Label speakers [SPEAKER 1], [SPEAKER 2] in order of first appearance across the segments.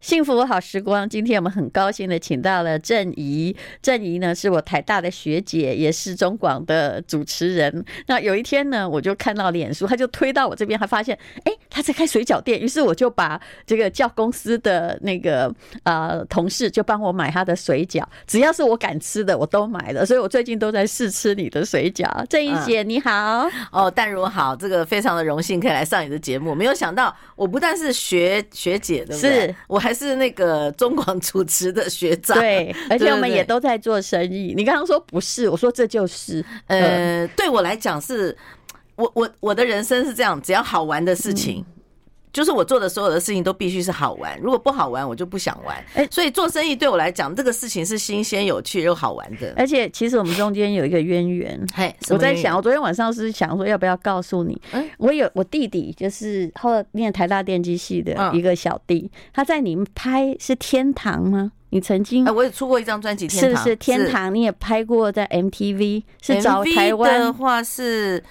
[SPEAKER 1] 幸福好时光，今天我们很高兴的请到了郑怡。郑怡呢是我台大的学姐，也是中广的主持人。那有一天呢，我就看到脸书，她就推到我这边，还发现哎、欸，她在开水饺店，于是我就把这个叫公司的那个呃同事就帮我买她的水饺，只要是我敢吃的我都买了，所以我最近都在试吃你的水饺。郑怡姐、嗯、你好，
[SPEAKER 2] 哦，淡如好，这个非常的荣幸可以来上你的节目，没有想到我不但是学学姐，对不对？
[SPEAKER 1] 是
[SPEAKER 2] 我还是那个中广主持的学 长，
[SPEAKER 1] 对，而且我们也都在做生意。你刚刚说不是，我说这就是，
[SPEAKER 2] 呃，
[SPEAKER 1] 嗯
[SPEAKER 2] 对我来讲是，我我我的人生是这样，只要好玩的事情。嗯就是我做的所有的事情都必须是好玩，如果不好玩，我就不想玩。哎、欸，所以做生意对我来讲，这个事情是新鲜、有趣又好玩的。
[SPEAKER 1] 而且，其实我们中间有一个渊源。
[SPEAKER 2] 嘿，
[SPEAKER 1] 哎我在想，我昨天晚上是想说要不要告诉你，嗯、我有我弟弟，就是后来念台大电机系的一个小弟，嗯、他在你们拍是天堂吗？你曾经，
[SPEAKER 2] 哎，我也出过一张专辑，
[SPEAKER 1] 是不是哦天堂？你也拍过在 MTV，是找台湾
[SPEAKER 2] 的话是。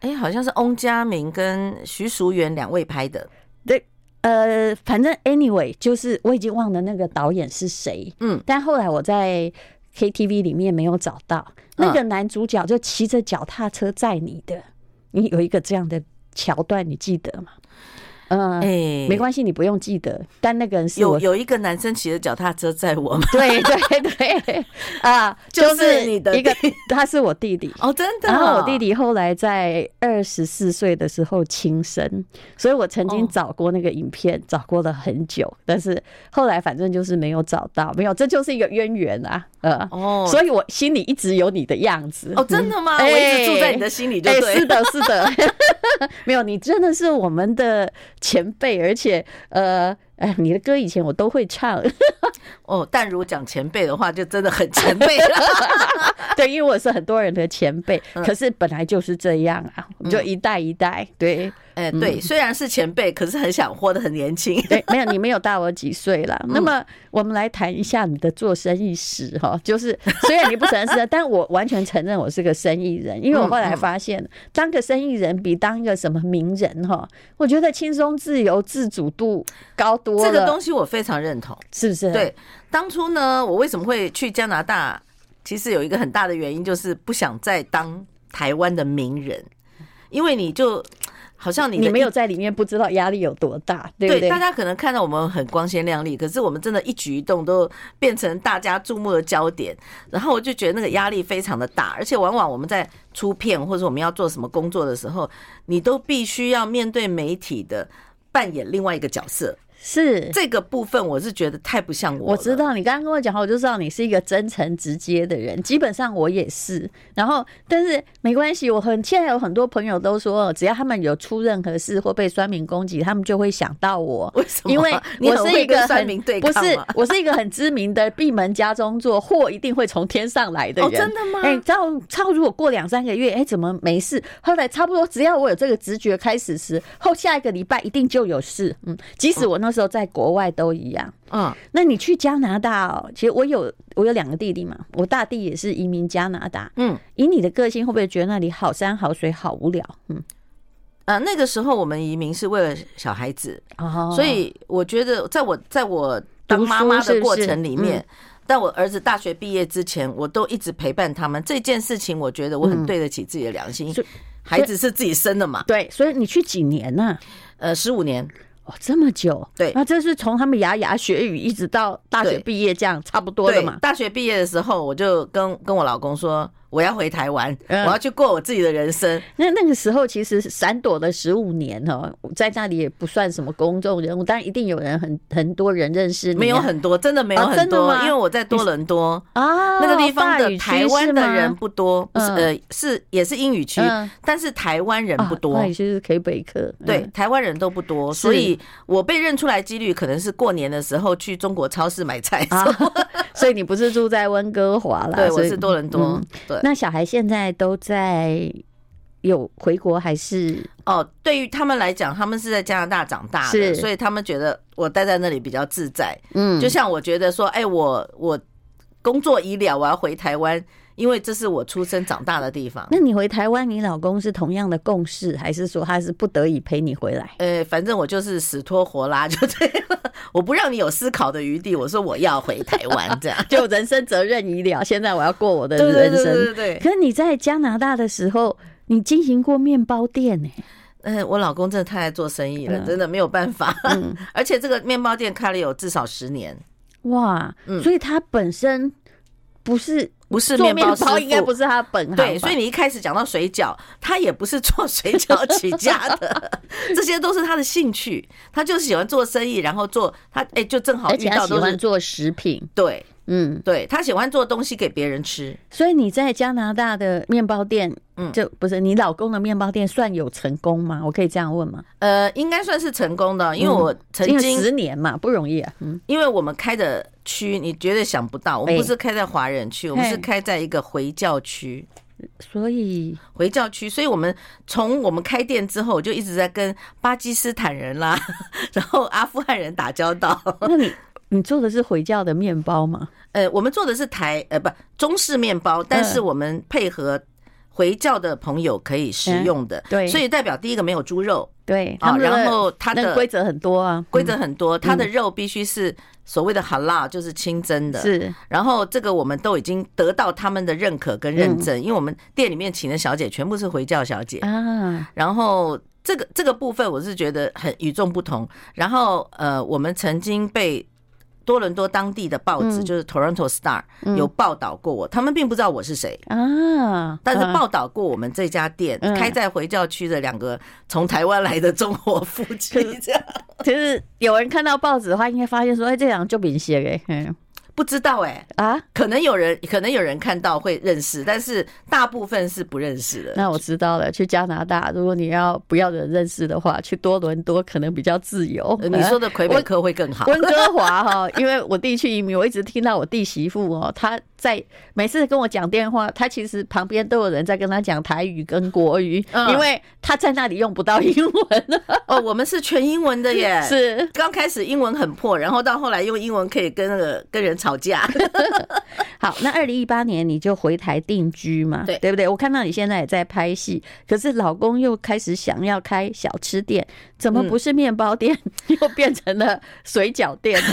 [SPEAKER 2] 哎，好像是翁佳明跟徐淑媛两位拍的。
[SPEAKER 1] 对，呃，反正 anyway，就是我已经忘了那个导演是谁。嗯，但后来我在 KTV 里面没有找到那
[SPEAKER 2] 嗯
[SPEAKER 1] 个男主角，就骑着脚踏车载你的。嗯、你有一个这样的桥段，你记得吗？嗯，哎、欸，没关系，你不用记得。但那个人是
[SPEAKER 2] 有有一个男生骑着脚踏车载我们，
[SPEAKER 1] 对对 对，啊，
[SPEAKER 2] 就是你的
[SPEAKER 1] 一个，他是我弟弟
[SPEAKER 2] 哦，真的、哦。
[SPEAKER 1] 然后我弟弟后来在二十四岁的时候轻生，所以我曾经找过那个影片，哦、找过了很久，但是后来反正就是没有找到，没有，这就是一个渊源啊，呃，哦，所以我心里一直有你的样子。
[SPEAKER 2] 哦，真的吗？嗯、我一直住在你的心里就对、欸
[SPEAKER 1] 欸，是的，是的， 没有，你真的是我们的。前辈，而且呃，哎，你的歌以前我都会唱
[SPEAKER 2] 哦。但如讲前辈的话，就真的很前辈了。
[SPEAKER 1] 对，因为我是很多人的前辈，嗯、可是本来就是这样啊，我们就一代一代。嗯、对，
[SPEAKER 2] 哎、欸，对，嗯、虽然是前辈，可是很想活得很年轻。
[SPEAKER 1] 对，没有，你没有大我几岁了。
[SPEAKER 2] 嗯
[SPEAKER 1] 那么我们来谈一下你的做生意史哈，就是虽然你不承认是， 但我完全承认我是个生意人，因为我后
[SPEAKER 2] 嗯
[SPEAKER 1] 来发现，当个生意人比当一个什么名人哈，我觉得轻松。自由自主度高多
[SPEAKER 2] 了，这个东西我非常认同，
[SPEAKER 1] 是不是？
[SPEAKER 2] 对，当初呢，我为什么会去加拿大？其实有一个很大的原因，就是不想再当台湾的名人，因为你就好像你
[SPEAKER 1] 你没有在里面，不知道压力有多大，对不对？
[SPEAKER 2] 大家可能看到我们很光鲜亮丽，可是我们真的一举一动都变成大家注目的焦点，然后我就觉得那个压力非常的大，而且往往我们在。出片或者我们要做什么工作的时候，你都必须要面对媒体的扮演另外一个角色。
[SPEAKER 1] 是
[SPEAKER 2] 这个部分，我是觉得太不像我。
[SPEAKER 1] 我知道你刚刚跟我讲话，我就知道你是一个真诚直接的人。基本上我也是，然后但是没关系，我很现在有很多朋友都说，只要他们有出任何事或被酸民攻击，他们就会想到我。
[SPEAKER 2] 为什么？
[SPEAKER 1] 因为我是一个
[SPEAKER 2] 酸民对啊
[SPEAKER 1] 不是，我是一个很知名的闭门家中坐，祸一定会从天上来的人。哦，
[SPEAKER 2] 真的吗？
[SPEAKER 1] 哎，超超，如果过两三个月，哎，怎么没事？后来差不多，只要我有这个直觉开始时，后下一个礼拜一定就有事。嗯，即
[SPEAKER 2] 哦
[SPEAKER 1] 使我那。时候在国外都一样，嗯，那你去加拿大哦，其实我有我有两个弟弟嘛，我大弟也是移民加拿大，嗯，以你的个性会不会觉得那里好山好水好无聊？嗯，
[SPEAKER 2] 呃，那个时候我们移民是为了小孩子，哦，所以我觉得在我在我当妈妈的过程里面，在、嗯、我儿子大学毕业之前，我都一直陪伴他们这件事情，我觉得我很对得起自己的良心，嗯、孩子嗯是自己生的嘛，
[SPEAKER 1] 对，所以你去几年呢、啊？
[SPEAKER 2] 呃，十五年。
[SPEAKER 1] 哦，这么久，
[SPEAKER 2] 对，
[SPEAKER 1] 那这是从他们牙牙学语一直到大学毕业这样差不多的嘛。
[SPEAKER 2] 大学毕业的时候，我就跟跟我老公说，我要回台湾，嗯、我要去过我自己的人生。
[SPEAKER 1] 那那个时候其实闪躲了十五年哦，在那里也不算什么公众人物，当然一定有人很很多人认识你、啊。
[SPEAKER 2] 没有很多，嗯真的没有很多，
[SPEAKER 1] 啊、
[SPEAKER 2] 因为我在多伦多
[SPEAKER 1] 啊，
[SPEAKER 2] 那个地方的台湾的人不多，不是、嗯、呃是也是英语区，嗯、啊但是台湾人不多。
[SPEAKER 1] 那也就是 K 北克，嗯
[SPEAKER 2] 对，台湾人都不多，所以。我被认出来几率可能是过年的时候去中国超市买菜，
[SPEAKER 1] 啊、 所以你不是住在温哥华啦？
[SPEAKER 2] 对，我是多伦多。嗯、对，
[SPEAKER 1] 那小孩现在都在有回国还是？
[SPEAKER 2] 哦，对于他们来讲，他们是在加拿大长大的，所以他们觉得我待在那里比较
[SPEAKER 1] 嗯
[SPEAKER 2] 自在。嗯，就像我觉得说，哎，我我工作已了，我要回台湾。因为这是我出生长大的地方。
[SPEAKER 1] 那你回台湾，你老公是同样的共识，还是说他是不得已陪你回来？
[SPEAKER 2] 呃，反正我就是死拖活拉就对了，我不让你有思考的余地。我说我要回台湾，这样
[SPEAKER 1] 就人生责任已了。现在我要过我的人生。
[SPEAKER 2] 对对对对
[SPEAKER 1] 可是你在加拿大的时候，你进行过面包店呢、欸？
[SPEAKER 2] 嗯，我老公真的太爱做生意了，真的没有办法。嗯、 而且这个面包店开了有至少十年，
[SPEAKER 1] 哇！嗯、所以他本身不是。
[SPEAKER 2] 不是
[SPEAKER 1] 面
[SPEAKER 2] 包
[SPEAKER 1] 师傅，应该不是他本行。
[SPEAKER 2] 对，所以你一开始讲到水饺，他也不是做水饺起家的， 这些都是他的兴趣。他就是喜欢做生意，然后做他哎、欸，就正好遇到
[SPEAKER 1] 喜欢做食品。
[SPEAKER 2] 对，
[SPEAKER 1] 嗯，
[SPEAKER 2] 对他喜欢做东西给别人吃。
[SPEAKER 1] 所以你在加拿大的面包店，嗯，就不是你老公的面包店算有成功吗？我可以这样问吗？
[SPEAKER 2] 呃，应该算是成功的，嗯因为我曾经、
[SPEAKER 1] 嗯、十年嘛，不容易啊。嗯，
[SPEAKER 2] 因为我们开的。区你绝对想不到，我们不是开在华人区，欸、我们是开在一个回教区，
[SPEAKER 1] 所以
[SPEAKER 2] 回教区，所以我们从我们开店之后，我就一直在跟巴基斯坦人啦， 然后阿富汗人打交道。
[SPEAKER 1] 那 你你做的是回教的面包吗？
[SPEAKER 2] 呃，我们做的是台呃不中式面包，但是我们配合回教的朋友可以食用的，嗯、
[SPEAKER 1] 对，
[SPEAKER 2] 所以代表第一个没有猪肉。
[SPEAKER 1] 对，啊，
[SPEAKER 2] 哦然后它的
[SPEAKER 1] 规则很多啊，
[SPEAKER 2] 规则很多，它的肉必须是所谓的哈拉，就是清真的。
[SPEAKER 1] 嗯是，
[SPEAKER 2] 然后这个我们都已经得到他们的认可跟认证，因为我们店里面请的小姐全部是回教小姐
[SPEAKER 1] 嗯啊。
[SPEAKER 2] 然后这个这个部分我是觉得很与众不同。然后呃，我们曾经被多伦多当地的报
[SPEAKER 1] 嗯
[SPEAKER 2] 纸，就是 Toronto Star 有报道过我，他们并不知道我是谁
[SPEAKER 1] 啊，
[SPEAKER 2] 但是报道过我们这家店
[SPEAKER 1] 嗯
[SPEAKER 2] 开在回教区的两个从台湾来的中国夫妻这样。
[SPEAKER 1] 其实有人看到报纸的话，应该发现说，哎、欸，这两就明显哎，嗯，
[SPEAKER 2] 不知道哎、
[SPEAKER 1] 欸、啊，
[SPEAKER 2] 可能有人可能有人看到会认识，但是大部分是不认识的。
[SPEAKER 1] 那我知道了，去加拿大，如果你要不要人认识的话，去多伦多可能比较自由。
[SPEAKER 2] 呃你说的魁北克会更 好。
[SPEAKER 1] 温哥华哈，因为我弟去移民，我一直听到我弟媳妇哦，她在每次跟我讲电话，她其实旁边都有人在跟她讲台语跟国语，嗯、因为她在那里用不到英文。啊
[SPEAKER 2] 哦，我们是全英文的耶，
[SPEAKER 1] 是
[SPEAKER 2] 刚开始英文很破，然后到后来用英文可以跟那个跟人。吵 架，
[SPEAKER 1] 好，那二零一八年你就回台定居嘛，
[SPEAKER 2] 对
[SPEAKER 1] 对不对？我看到你现在也在拍戏，可是老公又开始想要开小吃店，怎么不是面包店， 嗯、又变成了水饺店呢？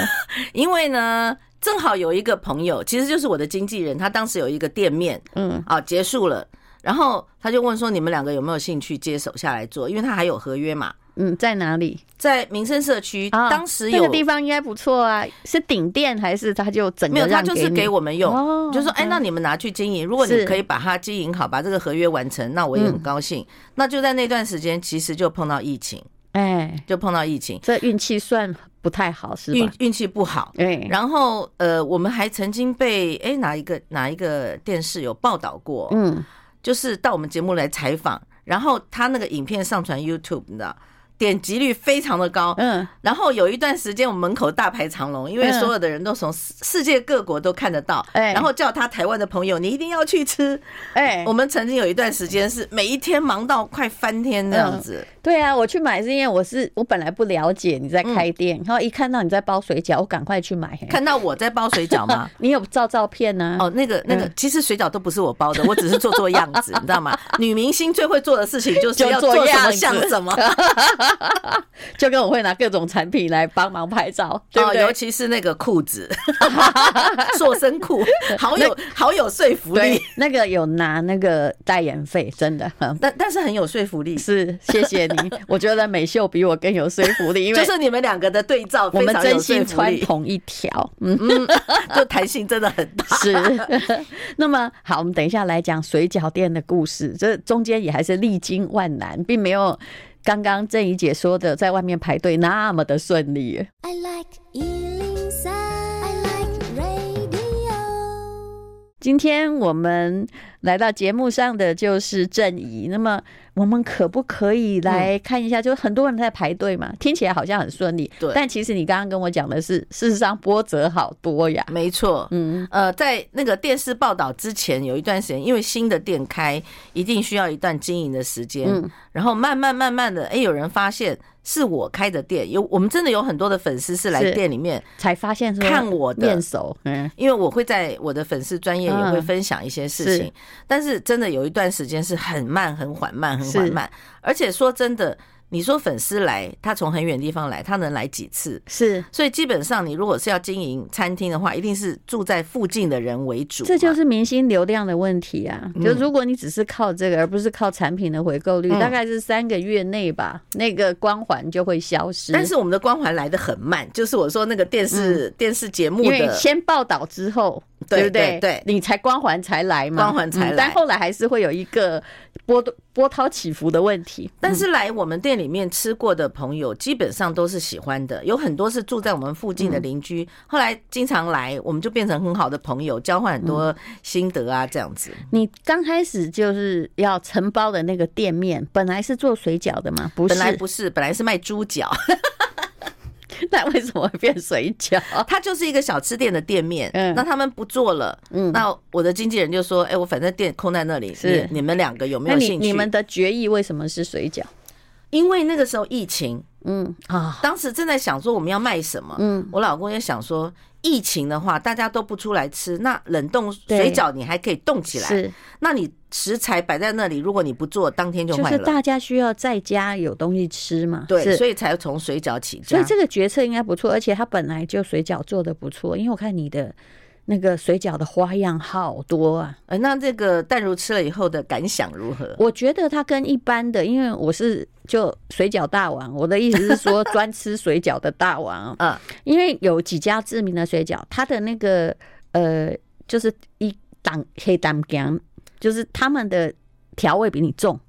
[SPEAKER 2] 因为呢，正好有一个朋友，其实就是我的经纪人，他当时有一个店面，
[SPEAKER 1] 嗯，
[SPEAKER 2] 啊，结束了，然后他就问说，你们两个有没有兴趣接手下来做？因为他还有合约嘛。
[SPEAKER 1] 嗯，在哪里？
[SPEAKER 2] 在民生社区。哦、当时有
[SPEAKER 1] 啊那个地方应该不错啊，是顶店还是他就整个
[SPEAKER 2] 没有？他就是
[SPEAKER 1] 给嗯
[SPEAKER 2] 我们用，哦、就说哎，那你们拿去经营。如果你可以把它经营好，把这个合约完成，那我也很高兴。嗯、那就在那段时间，其实就碰到疫情，
[SPEAKER 1] 哎，
[SPEAKER 2] 就碰到疫情，
[SPEAKER 1] 这运气算不太好是吧？
[SPEAKER 2] 运运气不好。
[SPEAKER 1] 哎，
[SPEAKER 2] 然后呃，我们还曾经被哎哪一个哪一个电视有报道过，
[SPEAKER 1] 嗯，
[SPEAKER 2] 就是到我们节目来采访，然后他那个影片上传 YouTube，你知道。点击率非常的高，
[SPEAKER 1] 嗯，
[SPEAKER 2] 然后有一段时间我们门口大排长龙，因为所有的人都从世界各国都看得到，
[SPEAKER 1] 哎、
[SPEAKER 2] 嗯，然后叫他台湾的朋友，你一定要去吃，
[SPEAKER 1] 哎，
[SPEAKER 2] 我们曾经有一段时间是每一天忙到快翻天这样子。
[SPEAKER 1] 嗯、对啊，我去买是因为我是我本来不了解你在开店，嗯、然后一看到你在包水饺，我赶快去买。
[SPEAKER 2] 看到我在包水饺 吗？
[SPEAKER 1] 你有照照片呢、
[SPEAKER 2] 啊？哦，那个那
[SPEAKER 1] 嗯
[SPEAKER 2] 个，其实水饺都不是我包的，我只是做做样 子，你知道吗？女明星最会做的事情就是要
[SPEAKER 1] 做
[SPEAKER 2] 什么像什么。
[SPEAKER 1] 就跟我会拿各种产品来帮忙拍照， 对不对？
[SPEAKER 2] 哦、尤其是那个裤 子， 塑身裤，好有好有说服力。
[SPEAKER 1] 那个有拿那个代言费，真的，
[SPEAKER 2] 但但是很有说服力。
[SPEAKER 1] 是，谢谢 你。我觉得美秀比我更有说服力，因为
[SPEAKER 2] 就是你们两个的对照，
[SPEAKER 1] 我们真心穿同一条，
[SPEAKER 2] 嗯嗯， 就弹性真的很大。
[SPEAKER 1] 是。 那么好，我们等一下来讲水饺店的故事，这中间也还是历经万难，并没有。刚刚郑怡姐说的，在外面排队那么的顺利。
[SPEAKER 3] I like 103, I like radio。
[SPEAKER 1] 今天我们来到节目上的就是郑怡，那么我们可不可以来看一下？嗯、就是很多人在排队嘛，听起来好像很顺利，
[SPEAKER 2] 对。
[SPEAKER 1] 但其实你刚刚跟我讲的是，事实上波折好多呀。
[SPEAKER 2] 没错，
[SPEAKER 1] 嗯，
[SPEAKER 2] 呃，在那个电视报道之前有一段时间，因为新的店开一定需要一段经营的时间，
[SPEAKER 1] 嗯。
[SPEAKER 2] 然后慢慢慢慢的，哎，有人发现是我开的店，有我们真的有很多的粉丝是来
[SPEAKER 1] 是
[SPEAKER 2] 店里面，
[SPEAKER 1] 才发现说
[SPEAKER 2] 看我的
[SPEAKER 1] 面熟，嗯，
[SPEAKER 2] 因为我会在我的粉丝专业也会
[SPEAKER 1] 嗯
[SPEAKER 2] 分享一些事情，
[SPEAKER 1] 是
[SPEAKER 2] 但是真的有一段时间是很慢、很缓慢、很缓
[SPEAKER 1] 是
[SPEAKER 2] 慢，而且说真的，你说粉丝来，他从很远地方来，他能来几次？
[SPEAKER 1] 是，
[SPEAKER 2] 所以基本上，你如果是要经营餐厅的话，一定是住在附近的人为主嘛。
[SPEAKER 1] 这就是明星流量的问题啊。就如果你只是靠这个，而不是靠产品的回购率，
[SPEAKER 2] 嗯
[SPEAKER 1] 大概是三个月内吧，那个光环就会消失。
[SPEAKER 2] 但是我们的光环来的很慢，就是我说那个电视、电视节目
[SPEAKER 1] 嗯因为
[SPEAKER 2] 的
[SPEAKER 1] 先报道之后，
[SPEAKER 2] 对
[SPEAKER 1] 不对？
[SPEAKER 2] 对对
[SPEAKER 1] 你才光环才来嘛，嗯
[SPEAKER 2] 光环才来
[SPEAKER 1] 但后来还是会有一个波动波涛起伏的问题。
[SPEAKER 2] 但是来我们店里面吃过的朋友，基本上都是喜欢的，有很多是住在我们附近
[SPEAKER 1] 嗯
[SPEAKER 2] 的邻居，后来经常来，我们就变成很好的朋友，交换很
[SPEAKER 1] 嗯
[SPEAKER 2] 多心得啊，这样子。
[SPEAKER 1] 你刚开始就是要承包的那个店面，本来是做水饺的吗？不是，
[SPEAKER 2] 本来不是，本来是卖猪脚，
[SPEAKER 1] 那为什么会变水饺？
[SPEAKER 2] 它就是一个小吃店的店面。
[SPEAKER 1] 嗯
[SPEAKER 2] 那他们不做了，
[SPEAKER 1] 嗯
[SPEAKER 2] 那我的经纪人就说：“哎、我反正店空在那里，
[SPEAKER 1] 是
[SPEAKER 2] 你你们两个有 没
[SPEAKER 1] 那
[SPEAKER 2] 有
[SPEAKER 1] 你
[SPEAKER 2] 兴趣？
[SPEAKER 1] 你们的决议为什么是水饺？
[SPEAKER 2] 因为那个时候疫情，
[SPEAKER 1] 嗯啊，
[SPEAKER 2] 当时正在想说我们要卖什么，
[SPEAKER 1] 嗯
[SPEAKER 2] 我老公也想说，疫情的话大家都不出来吃，那冷冻
[SPEAKER 1] 对
[SPEAKER 2] 水饺你还可以冻起来，
[SPEAKER 1] 是，
[SPEAKER 2] 那你食材摆在那里，如果你不做，当天就
[SPEAKER 1] 就
[SPEAKER 2] 坏
[SPEAKER 1] 是
[SPEAKER 2] 了。
[SPEAKER 1] 大家需要在家有东西吃嘛。
[SPEAKER 2] 对，
[SPEAKER 1] 是
[SPEAKER 2] 所以才从水饺起
[SPEAKER 1] 所
[SPEAKER 2] 家
[SPEAKER 1] 以。这个决策应该不错，而且他本来就水饺做的不错，因为我看你的那个水饺的花样好多啊。
[SPEAKER 2] 呃，那这个淡如吃了以后的感想如何？
[SPEAKER 1] 我觉得它跟一般的，因为我是就水饺大王，我的意思是说专吃水饺的大王，
[SPEAKER 2] 嗯，
[SPEAKER 1] 因为有几家知名的水饺，它的那个呃，就是一档黑蛋姜，就是他们的调味比你重，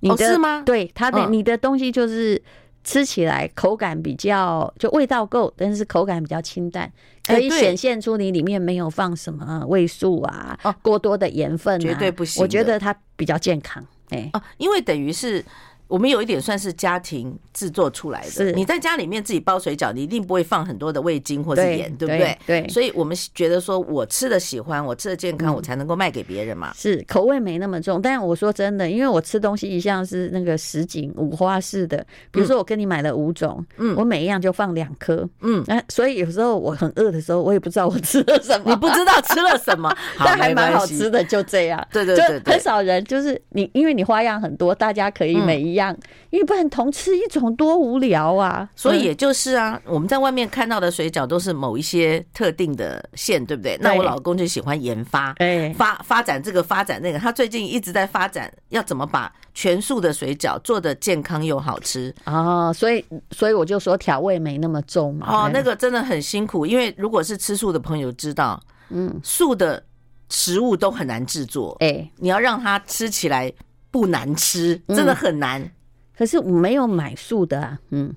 [SPEAKER 1] 你
[SPEAKER 2] 哦，
[SPEAKER 1] 的、
[SPEAKER 2] 是吗？
[SPEAKER 1] 对它的、
[SPEAKER 2] 嗯
[SPEAKER 1] 你的东西就是吃起来口感比较就味道够，但是口感比较清淡，
[SPEAKER 2] 哎
[SPEAKER 1] 可以
[SPEAKER 2] 对
[SPEAKER 1] 显现出你里面没有放什么味素啊、
[SPEAKER 2] 哦
[SPEAKER 1] 过多的盐分、啊，
[SPEAKER 2] 绝对不行的
[SPEAKER 1] 我觉得它比较健康，哎、
[SPEAKER 2] 哦，因为等于是。我们有一点算是家庭制作出来的
[SPEAKER 1] 是，
[SPEAKER 2] 你在家里面自己包水饺，你一定不会放很多的味精或是
[SPEAKER 1] 对
[SPEAKER 2] 盐，对
[SPEAKER 1] 对
[SPEAKER 2] 不对？
[SPEAKER 1] 对嗯
[SPEAKER 2] 所以我们觉得说，我吃的喜欢，我吃的健康，我才能够卖给别人嘛。
[SPEAKER 1] 是口味没那么重，但我说真的，因为我吃东西一向是那个什锦五花式的，比如说我跟你买了五种，
[SPEAKER 2] 嗯
[SPEAKER 1] 我每一样就放两颗，
[SPEAKER 2] 嗯，
[SPEAKER 1] 那、所以有时候我很饿的时候，我也不知道我吃了什么，
[SPEAKER 2] 你不 知道吃了什么，好
[SPEAKER 1] 但还蛮好。
[SPEAKER 2] 没关
[SPEAKER 1] 吃
[SPEAKER 2] 系
[SPEAKER 1] 的，就这样。
[SPEAKER 2] 对对对嗯
[SPEAKER 1] 就很
[SPEAKER 2] 对，
[SPEAKER 1] 少人，就是你，因为你花样很多，大家可以每一样，因为不然同吃一种多无聊啊。
[SPEAKER 2] 所以
[SPEAKER 1] 嗯
[SPEAKER 2] 也就是啊，我们在外面看到的水饺都是某一些特定的馅，对不对？那我老公就喜欢研发。
[SPEAKER 1] 哎、
[SPEAKER 2] 发发展这个发展那个，他最近一直在发展，要怎么把全素的水饺做的健康又好吃
[SPEAKER 1] 哦，所以所以我就说调味没那么重嘛。
[SPEAKER 2] 哦
[SPEAKER 1] 嗯，
[SPEAKER 2] 那个真的很辛苦，因为如果是吃素的朋友知道，
[SPEAKER 1] 嗯，
[SPEAKER 2] 素的食物都很难制作，
[SPEAKER 1] 哎、
[SPEAKER 2] 你要让它吃起来不难吃，
[SPEAKER 1] 嗯
[SPEAKER 2] 真的很难。
[SPEAKER 1] 可是我没有买素的啊，嗯，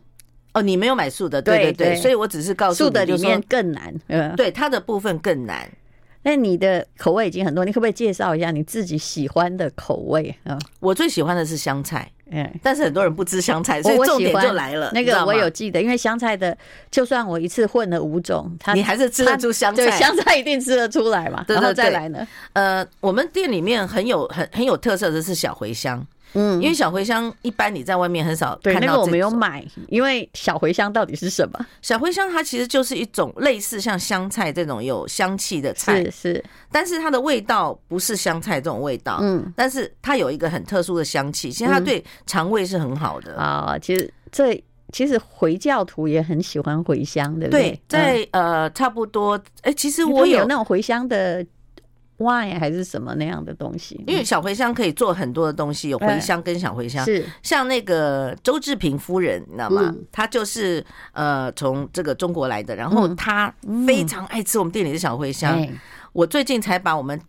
[SPEAKER 2] 哦，你没有买素的，
[SPEAKER 1] 对
[SPEAKER 2] 对对对，
[SPEAKER 1] 对
[SPEAKER 2] 所以我只是告诉
[SPEAKER 1] 素
[SPEAKER 2] 你，
[SPEAKER 1] 的里
[SPEAKER 2] 哦就是
[SPEAKER 1] 面
[SPEAKER 2] 说
[SPEAKER 1] 更难。嗯，
[SPEAKER 2] 对它的部分更难。
[SPEAKER 1] 那你的口味已经很多，你可不可以介绍一下你自己喜欢的口味啊？
[SPEAKER 2] 我最喜欢的是香菜，
[SPEAKER 1] 嗯。哎
[SPEAKER 2] 但是很多人不吃香菜，所以
[SPEAKER 1] 哦我我
[SPEAKER 2] 重
[SPEAKER 1] 喜
[SPEAKER 2] 点就
[SPEAKER 1] 欢
[SPEAKER 2] 来了。
[SPEAKER 1] 那
[SPEAKER 2] 你知
[SPEAKER 1] 个
[SPEAKER 2] 道
[SPEAKER 1] 我
[SPEAKER 2] 吗
[SPEAKER 1] 有，记得，因为香菜的，就算我一次混了五种，它
[SPEAKER 2] 你还是吃得
[SPEAKER 1] 它
[SPEAKER 2] 出香
[SPEAKER 1] 对
[SPEAKER 2] 菜。
[SPEAKER 1] 香菜一定吃得出来嘛，
[SPEAKER 2] 对对
[SPEAKER 1] 然后再
[SPEAKER 2] 对
[SPEAKER 1] 来呢，
[SPEAKER 2] 呃，我们店里面很有很很有特色的是小茴香，
[SPEAKER 1] 嗯，
[SPEAKER 2] 因为小茴香一般你在外面很少
[SPEAKER 1] 对，
[SPEAKER 2] 看
[SPEAKER 1] 那
[SPEAKER 2] 到
[SPEAKER 1] 个我没有
[SPEAKER 2] 种
[SPEAKER 1] 买，因为小茴香到底是什么？
[SPEAKER 2] 小茴香它其实就是一种类似像香菜这种有香气的菜
[SPEAKER 1] 是，是，
[SPEAKER 2] 但是它的味道不是香菜这种味道，
[SPEAKER 1] 嗯，
[SPEAKER 2] 但是它有一个很特殊的香气，其实它对肠胃是很好的。
[SPEAKER 1] 啊、其实这其实回教徒也很喜欢茴香，对不
[SPEAKER 2] 对，
[SPEAKER 1] 对，
[SPEAKER 2] 在呃差不多，哎，其实
[SPEAKER 1] 嗯
[SPEAKER 2] 我
[SPEAKER 1] 他们有
[SPEAKER 2] 有，
[SPEAKER 1] 那种茴香的 wine 还是什么那样的东西，
[SPEAKER 2] 因为小茴香可以做很多的东西，有茴香跟小茴
[SPEAKER 1] 嗯
[SPEAKER 2] 香。
[SPEAKER 1] 是
[SPEAKER 2] 像那个周志平夫人，你知道吗
[SPEAKER 1] 嗯？
[SPEAKER 2] 她就是呃从这个中国来的，然后
[SPEAKER 1] 嗯
[SPEAKER 2] 她非常爱吃我们店里的小茴香。
[SPEAKER 1] 哎
[SPEAKER 2] 我最近才把我们。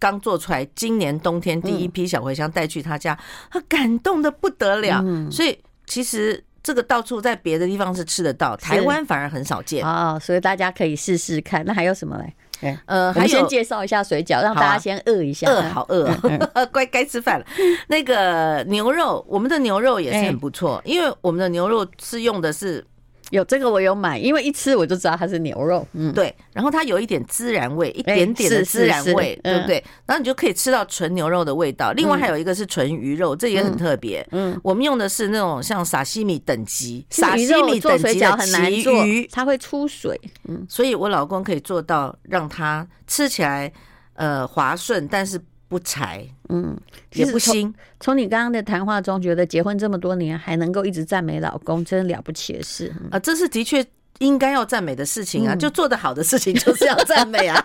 [SPEAKER 2] 刚做出来，今年冬天第
[SPEAKER 1] 嗯
[SPEAKER 2] 一批小茴香带去她家，她感动的不得了。
[SPEAKER 1] 嗯
[SPEAKER 2] 所以其实这个到处在别的地方是吃得到，台湾反而很少见。
[SPEAKER 1] 哦，所以大家可以试试看。那还有什么嘞？哎
[SPEAKER 2] 呃，
[SPEAKER 1] 我
[SPEAKER 2] 还
[SPEAKER 1] 们先
[SPEAKER 2] 有
[SPEAKER 1] 介绍一下水饺，让
[SPEAKER 2] 好
[SPEAKER 1] 大
[SPEAKER 2] 啊
[SPEAKER 1] 家先饿一下。
[SPEAKER 2] 饿，好饿
[SPEAKER 1] 嗯
[SPEAKER 2] 哦，乖 该吃饭了。那个牛肉，我们的牛肉也是
[SPEAKER 1] 哎
[SPEAKER 2] 很不错，因为我们的牛肉是用的是
[SPEAKER 1] 有这个我有买，因为一吃我就知道它是牛肉。嗯，
[SPEAKER 2] 对，然后它有一点孜然味，一
[SPEAKER 1] 哎
[SPEAKER 2] 点点的
[SPEAKER 1] 是
[SPEAKER 2] 孜
[SPEAKER 1] 是
[SPEAKER 2] 然
[SPEAKER 1] 是
[SPEAKER 2] 味，对
[SPEAKER 1] 嗯
[SPEAKER 2] 不对？然后你就可以吃到纯牛肉的味道。另外还有一个是纯鱼肉，这也很特别。
[SPEAKER 1] 嗯，
[SPEAKER 2] 我们用的是那种像沙西米等级，
[SPEAKER 1] 其实
[SPEAKER 2] 沙
[SPEAKER 1] 鱼
[SPEAKER 2] 西
[SPEAKER 1] 肉
[SPEAKER 2] 米
[SPEAKER 1] 做
[SPEAKER 2] 等
[SPEAKER 1] 水
[SPEAKER 2] 级
[SPEAKER 1] 饺
[SPEAKER 2] 的
[SPEAKER 1] 很难
[SPEAKER 2] 旗
[SPEAKER 1] 做
[SPEAKER 2] 鱼，，
[SPEAKER 1] 它会出水。
[SPEAKER 2] 所以我老公可以做到让它吃起来呃滑顺，但是不柴
[SPEAKER 1] 嗯，其
[SPEAKER 2] 也
[SPEAKER 1] 实
[SPEAKER 2] 不
[SPEAKER 1] 从
[SPEAKER 2] 腥。
[SPEAKER 1] 从你刚刚的谈话中，觉得结婚这么多年还能够一直赞美老公，真了不起的事。嗯
[SPEAKER 2] 啊，这是的确应该要赞美的事情啊，就做得好的事情就是要 赞美啊。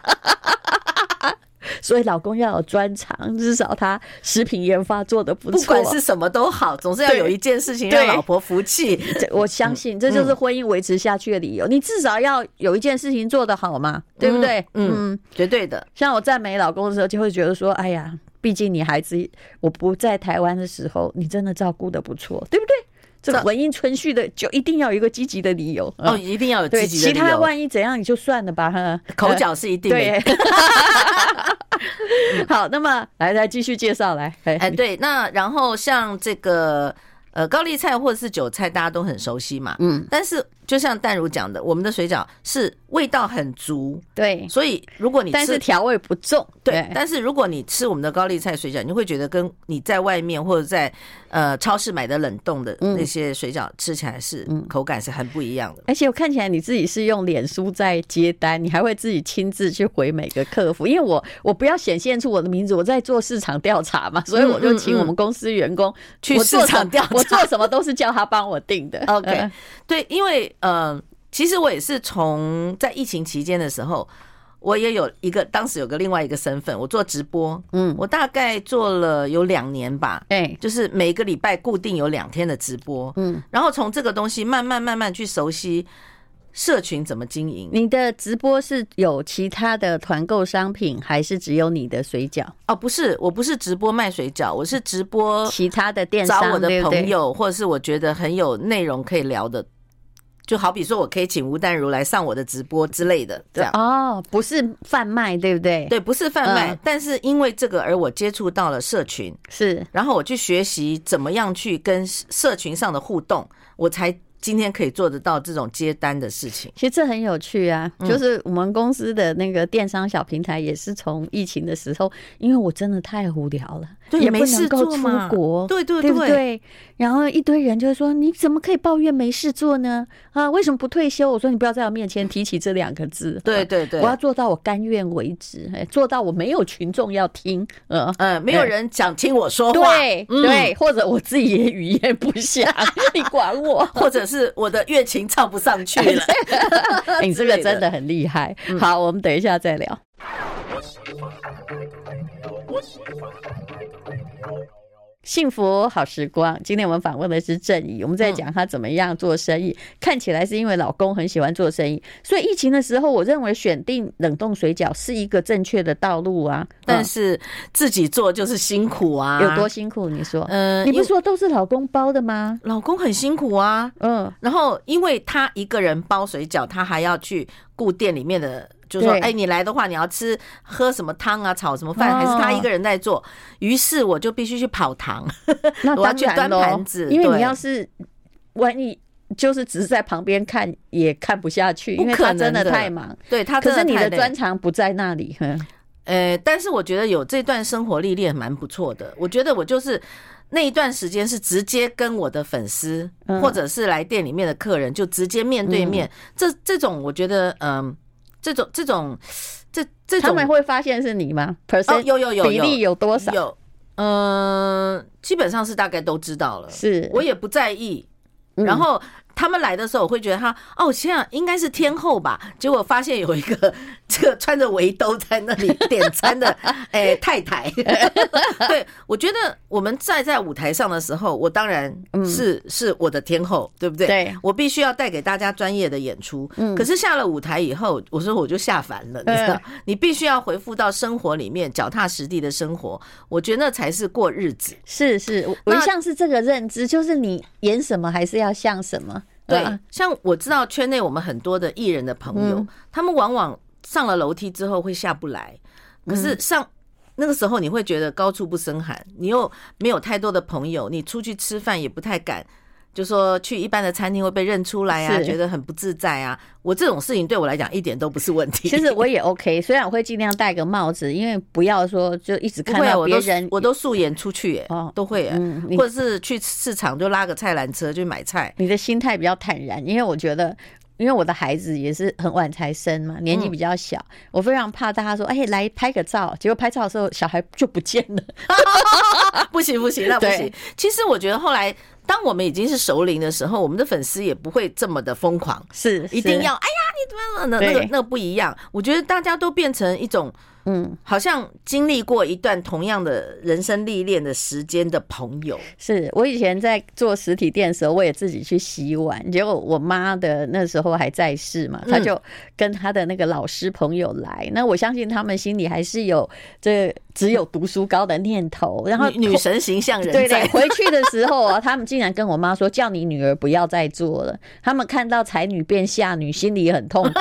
[SPEAKER 1] 所以老公要有专长，至少他食品研发做的 不错。啊
[SPEAKER 2] 不管是什么都好，总是要
[SPEAKER 1] 对
[SPEAKER 2] 有一件事情
[SPEAKER 1] 对
[SPEAKER 2] 让老婆服气。
[SPEAKER 1] 这我相
[SPEAKER 2] 嗯
[SPEAKER 1] 信这就是婚姻维持下去的理由。你至少要有一件事情做得好嘛，对不对？
[SPEAKER 2] 嗯，绝对的。
[SPEAKER 1] 像我赞美老公的时候，就会觉得说，哎呀，毕竟你孩子我不在台湾的时候，你真的照顾的不错，对不对？这
[SPEAKER 2] 这
[SPEAKER 1] 婚姻存续的就一定要有一个积极的理由。
[SPEAKER 2] 哦，
[SPEAKER 1] 嗯，
[SPEAKER 2] 一定要有
[SPEAKER 1] 对，
[SPEAKER 2] 积极的
[SPEAKER 1] 其
[SPEAKER 2] 理
[SPEAKER 1] 他
[SPEAKER 2] 由。
[SPEAKER 1] 万一怎样你就算了吧，哈，
[SPEAKER 2] 口
[SPEAKER 1] 呃
[SPEAKER 2] 角是一定的。
[SPEAKER 1] 对。好，那么来来继续介绍来，
[SPEAKER 2] 哎，
[SPEAKER 1] 哎，
[SPEAKER 2] 对，那然后像这个呃高丽菜或者是韭菜，大家都很熟悉嘛。
[SPEAKER 1] 嗯，
[SPEAKER 2] 但是就像淡如讲的，我们的水饺是味道很足，
[SPEAKER 1] 对，
[SPEAKER 2] 所以如果你
[SPEAKER 1] 但是哎
[SPEAKER 2] 吃
[SPEAKER 1] 调味不重，
[SPEAKER 2] 对，但是如果你吃我们的高丽菜水饺，你会觉得跟你在外面或者在呃超市买的冷冻的
[SPEAKER 1] 嗯
[SPEAKER 2] 那些水饺吃起来是口感是很不一样的。
[SPEAKER 1] 而且我看起来你自己是用脸书在接单，你还会自己亲自去回每个客服，因为我我不要显现出我的名字，我在做市场调查嘛，所以我就请我们公司员工
[SPEAKER 2] 嗯去
[SPEAKER 1] 我做
[SPEAKER 2] 市
[SPEAKER 1] 什么
[SPEAKER 2] 场调查
[SPEAKER 1] 我做什么都是叫他帮我定的。
[SPEAKER 2] OK，、
[SPEAKER 1] 呃
[SPEAKER 2] 对，因为呃，其实我也是从在疫情期间的时候，我也有一个当时有个另外一个身份，我做直播，
[SPEAKER 1] 嗯，
[SPEAKER 2] 我大概做了有两年吧，
[SPEAKER 1] 哎，
[SPEAKER 2] 就是每个礼拜固定有两天的直播，
[SPEAKER 1] 嗯，
[SPEAKER 2] 然后从这个东西慢慢慢慢去熟悉社群怎么经营。
[SPEAKER 1] 你的直播是有其他的团购商品，还是只有你的水饺？
[SPEAKER 2] 哦，不是，我不是直播卖水饺，我是直播
[SPEAKER 1] 其他的电
[SPEAKER 2] 呃找
[SPEAKER 1] 商
[SPEAKER 2] 我的
[SPEAKER 1] 对不对
[SPEAKER 2] 朋友，或者是我觉得很有内容可以聊的，就好比说我可以请吴淡如来上我的直播之类的，这样。
[SPEAKER 1] 哦，不是贩卖，对不对？，
[SPEAKER 2] 对，不是贩卖，
[SPEAKER 1] 嗯
[SPEAKER 2] 但是因为这个而我接触到了社群，
[SPEAKER 1] 是
[SPEAKER 2] 然后我去学习怎么样去跟社群上的互动，我才今天可以做得到这种接单的事情。
[SPEAKER 1] 其实这很有趣啊，
[SPEAKER 2] 嗯
[SPEAKER 1] 就是我们公司的那个电商小平台也是从疫情的时候，因为我真的太无聊了，
[SPEAKER 2] 对
[SPEAKER 1] 也
[SPEAKER 2] 没
[SPEAKER 1] 不能
[SPEAKER 2] 事
[SPEAKER 1] 够
[SPEAKER 2] 做
[SPEAKER 1] 出
[SPEAKER 2] 嘛
[SPEAKER 1] 国，
[SPEAKER 2] 对对
[SPEAKER 1] 对不
[SPEAKER 2] 对
[SPEAKER 1] 对？然后一堆人就会说：“你怎么可以抱怨没事做呢？啊，为什么不退休？”我说：“你不要在我面前提起这两个字。”
[SPEAKER 2] 对。对对，
[SPEAKER 1] 我要做到我甘愿为止，哎做到我没有群众要听，呃，
[SPEAKER 2] 呃，没有人想听我说话，
[SPEAKER 1] 对对，或者我自己也语言不详， 你管我？
[SPEAKER 2] 或者是我的乐琴唱不上去 了。
[SPEAKER 1] 哎你这
[SPEAKER 2] 之
[SPEAKER 1] 个
[SPEAKER 2] 类
[SPEAKER 1] 真
[SPEAKER 2] 的嗯
[SPEAKER 1] 的很厉害。好，我们等一下再聊。幸福好时光，今天我们访问的是郑怡，我们在
[SPEAKER 2] 嗯
[SPEAKER 1] 讲她怎么样做生意。看起来是因为老公很喜欢做生意，所以疫情的时候，我认为选定冷冻水饺是一个正确的道路啊。
[SPEAKER 2] 但是自己做就是辛苦啊，
[SPEAKER 1] 嗯有多辛苦？你说，
[SPEAKER 2] 嗯，
[SPEAKER 1] 你
[SPEAKER 2] 因
[SPEAKER 1] 不
[SPEAKER 2] 为
[SPEAKER 1] 是说都是老公包的吗？
[SPEAKER 2] 老公很辛苦啊。
[SPEAKER 1] 嗯，
[SPEAKER 2] 然后因为他一个人包水饺，他还要去顾店里面的，就是说
[SPEAKER 1] 对，
[SPEAKER 2] 哎，你来的话，你要吃喝什么汤啊，炒什么饭，
[SPEAKER 1] 哦
[SPEAKER 2] 还是他一个人在做。于是我就必须去跑堂，
[SPEAKER 1] 那
[SPEAKER 2] 我要
[SPEAKER 1] 当
[SPEAKER 2] 去
[SPEAKER 1] 然
[SPEAKER 2] 端
[SPEAKER 1] 喽
[SPEAKER 2] 盘，子
[SPEAKER 1] 因为你
[SPEAKER 2] 对
[SPEAKER 1] 要是万一就是只是在旁边看，也看不下去，
[SPEAKER 2] 不
[SPEAKER 1] 因为
[SPEAKER 2] 可
[SPEAKER 1] 他真的
[SPEAKER 2] 能的
[SPEAKER 1] 太忙。
[SPEAKER 2] 对他
[SPEAKER 1] 可
[SPEAKER 2] 真
[SPEAKER 1] 是你
[SPEAKER 2] 太
[SPEAKER 1] 的
[SPEAKER 2] 累
[SPEAKER 1] 专长不在那里，哼，
[SPEAKER 2] 呃，但是我觉得有这段生活历练蛮不错的。我觉得我就是那一段时间是直接跟我的粉丝，
[SPEAKER 1] 嗯
[SPEAKER 2] 或者是来店里面的客人，就直接面对面。这这种我觉得，嗯、这种这种这这
[SPEAKER 1] 他
[SPEAKER 2] 种
[SPEAKER 1] 们会发现是你吗
[SPEAKER 2] 哦，
[SPEAKER 1] ？percent
[SPEAKER 2] 有有有
[SPEAKER 1] 比例
[SPEAKER 2] 有
[SPEAKER 1] 有多少？
[SPEAKER 2] 有，嗯、基本上是大概都知道了。
[SPEAKER 1] 是，
[SPEAKER 2] 我也不在意。
[SPEAKER 1] 嗯
[SPEAKER 2] 然后他们来的时候，我会觉得他哦，现在应该是天后吧。结果发现有一个 这个穿着围兜在那里点 餐的哎太太。 对，我觉得我们站在舞台上的时候，我当然是是我的天后，对不对？
[SPEAKER 1] 嗯对
[SPEAKER 2] 我必须要带给大家专业的演出。
[SPEAKER 1] 嗯
[SPEAKER 2] 可是下了舞台以后，我说我就下凡了，你知道，呃你必须要回复到生活里面，脚踏实地的生活。我觉得那才是过日子。
[SPEAKER 1] 是是，我我一
[SPEAKER 2] 那
[SPEAKER 1] 向是这个认知，就是你演什么还是要像什么。
[SPEAKER 2] 对
[SPEAKER 1] 嗯，
[SPEAKER 2] 呃像我知道圈内我们很多的艺人的朋友，
[SPEAKER 1] 嗯
[SPEAKER 2] 他们往往上了楼梯之后会下不来，
[SPEAKER 1] 嗯
[SPEAKER 2] 可是上。那个时候你会觉得高处不胜寒，你又没有太多的朋友，你出去吃饭也不太敢，就说去一般的餐厅会被认出来啊，
[SPEAKER 1] 是
[SPEAKER 2] 觉得很不自在啊。我这种事情对我来讲一点都不是问题。
[SPEAKER 1] 其实我也 OK，虽然我会尽量戴个帽子，因为不要说就一直
[SPEAKER 2] 不
[SPEAKER 1] 看
[SPEAKER 2] 会啊，
[SPEAKER 1] 到
[SPEAKER 2] 我
[SPEAKER 1] 别
[SPEAKER 2] 都
[SPEAKER 1] 人。
[SPEAKER 2] 我都素颜出去耶，
[SPEAKER 1] 哦
[SPEAKER 2] 都会耶，
[SPEAKER 1] 嗯你
[SPEAKER 2] 或者是去市场就拉个菜篮车去买菜。
[SPEAKER 1] 你的心态比较坦然，因为我觉得，因为我的孩子也是很晚才生嘛，年纪比较小，我非常怕大家说，哎，来拍个照，结果拍照的时候小孩就不见了。
[SPEAKER 2] 啊 不行不行，那不
[SPEAKER 1] 对
[SPEAKER 2] 行。其实我觉得后来，当我们已经是熟龄的时候，我们的粉丝也不会这么的疯狂，
[SPEAKER 1] 是，
[SPEAKER 2] 一定要哎呀你怎么样那那
[SPEAKER 1] 对
[SPEAKER 2] 个那个不一样。我觉得大家都变成一种
[SPEAKER 1] 嗯，
[SPEAKER 2] 好像经历过一段同样的人生历练的时间的朋友，
[SPEAKER 1] 是我以前在做实体店的时候，我也自己去洗碗，结果我妈的那时候还在世嘛，她就跟她的那个老师朋友来，那我相信他们心里还是有这只有读书高的念头，然后
[SPEAKER 2] 女女神形象
[SPEAKER 1] 对
[SPEAKER 2] 人
[SPEAKER 1] 对，
[SPEAKER 2] 在。
[SPEAKER 1] 回去的时候啊，他们竟然跟我妈说，叫你女儿不要再做了。他们看到才女变下女，心里很 痛苦。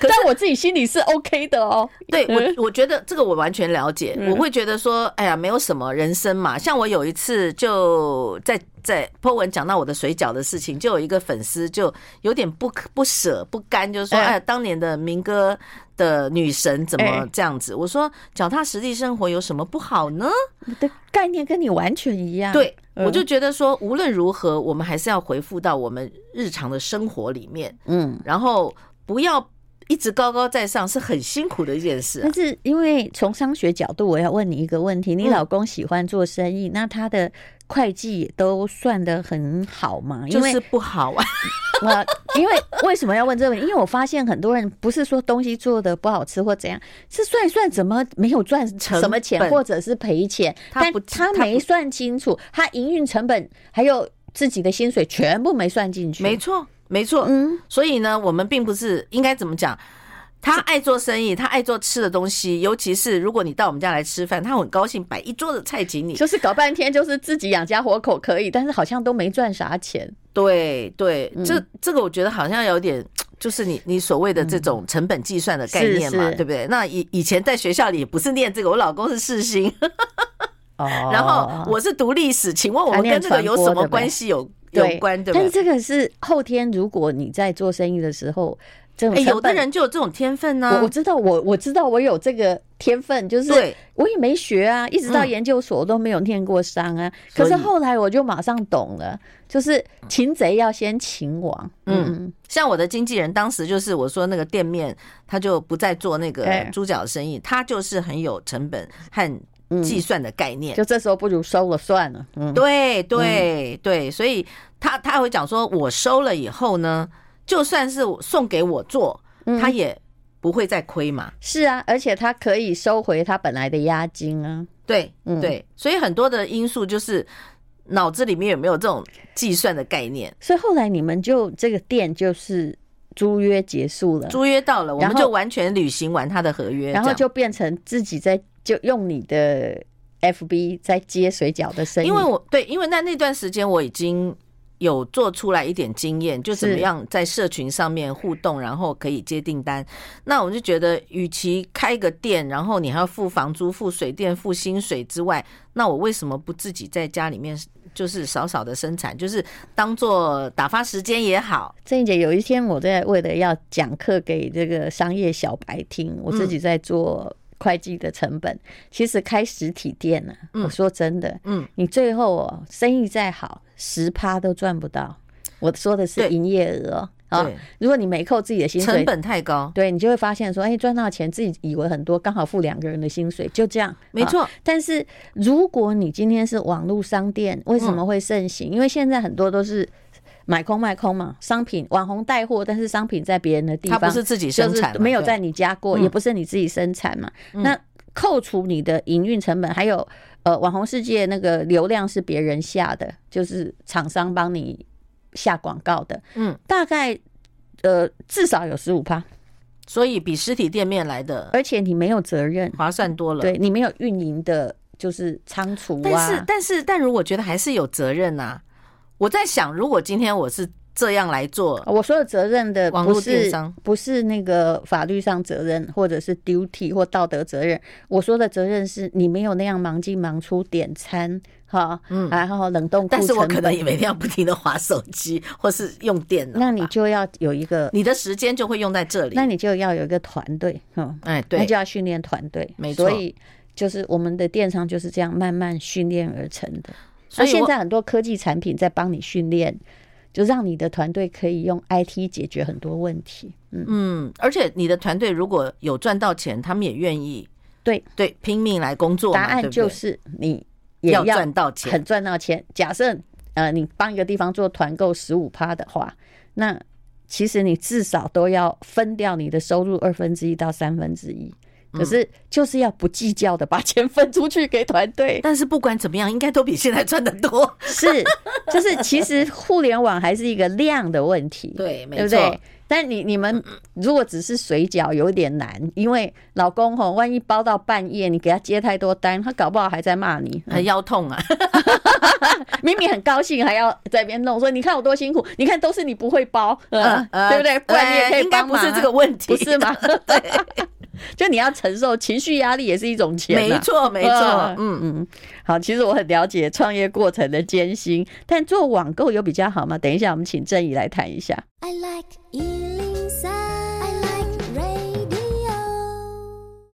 [SPEAKER 1] 但我自己心里是 OK 的哦。
[SPEAKER 2] 对 我，我觉得这个我完全了解。
[SPEAKER 1] 嗯
[SPEAKER 2] 我会觉得说，哎呀，没有什么人生嘛。像我有一次就在在 po 文讲到我的水饺的事情，就有一个粉丝就有点不不舍不甘，就说，
[SPEAKER 1] 哎
[SPEAKER 2] 哎呀，当年的民歌的女神怎么
[SPEAKER 1] 哎
[SPEAKER 2] 这样子？我说，脚踏实地生活有什么不好呢？
[SPEAKER 1] 我的概念跟你完全一样。
[SPEAKER 2] 对，
[SPEAKER 1] 嗯
[SPEAKER 2] 我就觉得说，无论如何，我们还是要回复到我们日常的生活里面，
[SPEAKER 1] 嗯，
[SPEAKER 2] 然后不要一直高高在上，是很辛苦的一件事啊、
[SPEAKER 1] 但是因为从商学角度，我要问你一个问题：你
[SPEAKER 2] 嗯
[SPEAKER 1] 老公喜欢做生意，那他的会计都算得很好吗？因
[SPEAKER 2] 就
[SPEAKER 1] 为
[SPEAKER 2] 是不好啊。
[SPEAKER 1] 我呃因为为什么要问这个问题？因为我发现很多人不是说东西做的不好吃或怎样，是算一算怎么没有赚
[SPEAKER 2] 成
[SPEAKER 1] 什么钱
[SPEAKER 2] 本
[SPEAKER 1] 或者是赔钱，
[SPEAKER 2] 他
[SPEAKER 1] 但
[SPEAKER 2] 不知
[SPEAKER 1] 他
[SPEAKER 2] 他
[SPEAKER 1] 没
[SPEAKER 2] 不
[SPEAKER 1] 算清楚，他营运成本还有自己的薪水全部没算进去。
[SPEAKER 2] 没错，没错。
[SPEAKER 1] 嗯，
[SPEAKER 2] 所以呢，我们并不是应该怎么讲。他爱做生意，他爱做吃的东西，尤其是如果你到我们家来吃饭，他很高兴摆一桌子菜请你。
[SPEAKER 1] 就是搞半天就是自己养家活口可以，但是好像都没赚啥钱。
[SPEAKER 2] 对对，
[SPEAKER 1] 嗯
[SPEAKER 2] 这这个我觉得好像有点，就是你你所谓的这种成本计算的概念
[SPEAKER 1] 嗯
[SPEAKER 2] 嘛，
[SPEAKER 1] 是是
[SPEAKER 2] 对不对？那以以前在学校里也不是念这个，我老公是世新，
[SPEAKER 1] 哦，
[SPEAKER 2] 然后我是读历史，请问我
[SPEAKER 1] 他
[SPEAKER 2] 们
[SPEAKER 1] 念
[SPEAKER 2] 跟这个有什
[SPEAKER 1] 传播
[SPEAKER 2] 么
[SPEAKER 1] 的呗
[SPEAKER 2] 关系有有
[SPEAKER 1] 对
[SPEAKER 2] 关，对不
[SPEAKER 1] 但是
[SPEAKER 2] 对？
[SPEAKER 1] 这个是后天，如果你在做生意的时候，这种
[SPEAKER 2] 哎，有
[SPEAKER 1] 成
[SPEAKER 2] 的
[SPEAKER 1] 本
[SPEAKER 2] 人就有这种天分呢、
[SPEAKER 1] 我我知道，我我知道我有这个天分，就是
[SPEAKER 2] 对
[SPEAKER 1] 我也没学啊，一直到
[SPEAKER 2] 嗯
[SPEAKER 1] 研究所我都没有念过商啊。可
[SPEAKER 2] 所
[SPEAKER 1] 是
[SPEAKER 2] 以
[SPEAKER 1] 后来我就马上懂了，就是擒贼要先擒王。嗯，
[SPEAKER 2] 像我的经纪人当时就是我说那个店面，他就不再做那个
[SPEAKER 1] 哎
[SPEAKER 2] 猪脚生意，他就是很有成本
[SPEAKER 1] 嗯
[SPEAKER 2] 和计算的概念。
[SPEAKER 1] 就这时候不如收了算了。嗯，
[SPEAKER 2] 对对对，所以他他会讲说，我收了以后呢，就算是送给我做，
[SPEAKER 1] 嗯
[SPEAKER 2] 他也不会再亏嘛。
[SPEAKER 1] 是啊，而且他可以收回他本来的押金啊。
[SPEAKER 2] 对
[SPEAKER 1] 嗯
[SPEAKER 2] 对，所以很多的因素就是脑子里面有没有这种计算的概念。
[SPEAKER 1] 所以后来你们就这个店就是租约结束了，
[SPEAKER 2] 租约到了，我
[SPEAKER 1] 然
[SPEAKER 2] 们
[SPEAKER 1] 后
[SPEAKER 2] 就完全履行完他的合约，
[SPEAKER 1] 然后
[SPEAKER 2] 这样
[SPEAKER 1] 就变成自己在就用你的 FB 在接水饺的生意。
[SPEAKER 2] 因为我对，因为那那段时间我已经有做出来一点经验，就怎么
[SPEAKER 1] 是
[SPEAKER 2] 样在社群上面互动，然后可以接订单。那我就觉得，与其开个店，然后你还要付房租、付水电、付薪水之外，那我为什么不自己在家里面就是少少的生产，就是当做打发时间也好？
[SPEAKER 1] 郑怡姐，有一天我在为了要讲课给这个商业小白听，
[SPEAKER 2] 嗯
[SPEAKER 1] 我自己在做会计的成本。其实开实体店呢、啊，我说真的，
[SPEAKER 2] 嗯，
[SPEAKER 1] 你最后哦，生意再好，十趴都赚不到。我说的是
[SPEAKER 2] 对
[SPEAKER 1] 营业额哦啊
[SPEAKER 2] 对，
[SPEAKER 1] 如果你没扣自己的薪
[SPEAKER 2] 成
[SPEAKER 1] 水，
[SPEAKER 2] 本太高。
[SPEAKER 1] 对你就会发现说，哎，赚到钱自己以为很多，刚好付两个人的薪水，就这样，
[SPEAKER 2] 没
[SPEAKER 1] 啊
[SPEAKER 2] 错，
[SPEAKER 1] 但是如果你今天是网络商店，为什
[SPEAKER 2] 嗯
[SPEAKER 1] 么会盛行？因为现在很多都是买空卖空嘛，商品网红带货，但是商品在别人的地
[SPEAKER 2] 他
[SPEAKER 1] 方，
[SPEAKER 2] 不是自己生产嘛，
[SPEAKER 1] 就是没有
[SPEAKER 2] 对
[SPEAKER 1] 在你家过，
[SPEAKER 2] 嗯
[SPEAKER 1] 也不是你自己生产嘛。那扣除你的营运成本，还有呃，网红世界那个流量是别人下的，就是厂商帮你下广告的，
[SPEAKER 2] 嗯，
[SPEAKER 1] 大概呃至少有十五趴，
[SPEAKER 2] 所以比实体店面来的
[SPEAKER 1] 而且你没有责任，
[SPEAKER 2] 划算多了。
[SPEAKER 1] 对你没有运营的，就是仓储啊。
[SPEAKER 2] 但是，但是，但如果觉得还是有责任呐、我在想，如果今天我是这样来做，
[SPEAKER 1] 我说的责任的
[SPEAKER 2] 网
[SPEAKER 1] 不
[SPEAKER 2] 络电
[SPEAKER 1] 是
[SPEAKER 2] 商
[SPEAKER 1] 不是那个法律上责任，或者是 duty 或道德责任。我说的责任是你没有那样忙进忙出点餐，哈，然后冷冻库
[SPEAKER 2] 嗯但是我
[SPEAKER 1] 成
[SPEAKER 2] 可能
[SPEAKER 1] 本
[SPEAKER 2] 也每天要不停的划手机或是用电脑吧，
[SPEAKER 1] 那你就要有一个，
[SPEAKER 2] 啊你的时间就会用在这里
[SPEAKER 1] 那。你就要有一个团队，哈，
[SPEAKER 2] 哎，
[SPEAKER 1] 那
[SPEAKER 2] 对
[SPEAKER 1] 就，要训练团队，
[SPEAKER 2] 没
[SPEAKER 1] 所
[SPEAKER 2] 错
[SPEAKER 1] 以就是我们的电商就是这样慢慢训练而成的。
[SPEAKER 2] 所
[SPEAKER 1] 那
[SPEAKER 2] 以
[SPEAKER 1] 现
[SPEAKER 2] 我
[SPEAKER 1] 在很多科技产品在帮你训练，就让你的团队可以用 IT 解决很多问题。嗯，
[SPEAKER 2] 嗯，而且你的团队如果有赚到钱，他们也愿意
[SPEAKER 1] 对，
[SPEAKER 2] 对拼命来工作嘛，
[SPEAKER 1] 答案
[SPEAKER 2] 对不
[SPEAKER 1] 就
[SPEAKER 2] 对
[SPEAKER 1] 是你也
[SPEAKER 2] 要赚到钱
[SPEAKER 1] 很赚到钱。假设呃，你帮一个地方做团购十五趴的话，那其实你至少都要分掉你的收入二分之一到三分之一。
[SPEAKER 2] 嗯
[SPEAKER 1] 可是就是要不计较的把钱分出去给团队，
[SPEAKER 2] 但是不管怎么样，应该都比现在赚的多。
[SPEAKER 1] 是，就是其实互联网还是一个量的问题，
[SPEAKER 2] 对没
[SPEAKER 1] 对不
[SPEAKER 2] 错嗯
[SPEAKER 1] 对？但你你们如果只是水饺，有点难，因为老公吼，万一包到半夜，你给他接太多单，他搞不好还在骂你。
[SPEAKER 2] 很腰痛啊！
[SPEAKER 1] 明明很高兴，还要在那边弄，说你看我多辛苦，你看都是你不会包，呃
[SPEAKER 2] 呃
[SPEAKER 1] 对不 对？不然你也可
[SPEAKER 2] 呃
[SPEAKER 1] 以
[SPEAKER 2] 应该
[SPEAKER 1] 帮
[SPEAKER 2] 不
[SPEAKER 1] 忙啊
[SPEAKER 2] 是这个，问题，
[SPEAKER 1] 不是 吗？对， 就你要承受情绪压力也是一种钱、啊，
[SPEAKER 2] 没错，没错
[SPEAKER 1] 呃，
[SPEAKER 2] 嗯，
[SPEAKER 1] 嗯，好，其实我很了解创业过程的艰辛，但做网购有比较好吗？等一下，我们请郑怡来谈一下。
[SPEAKER 3] I like Ealing Sound. I like radio.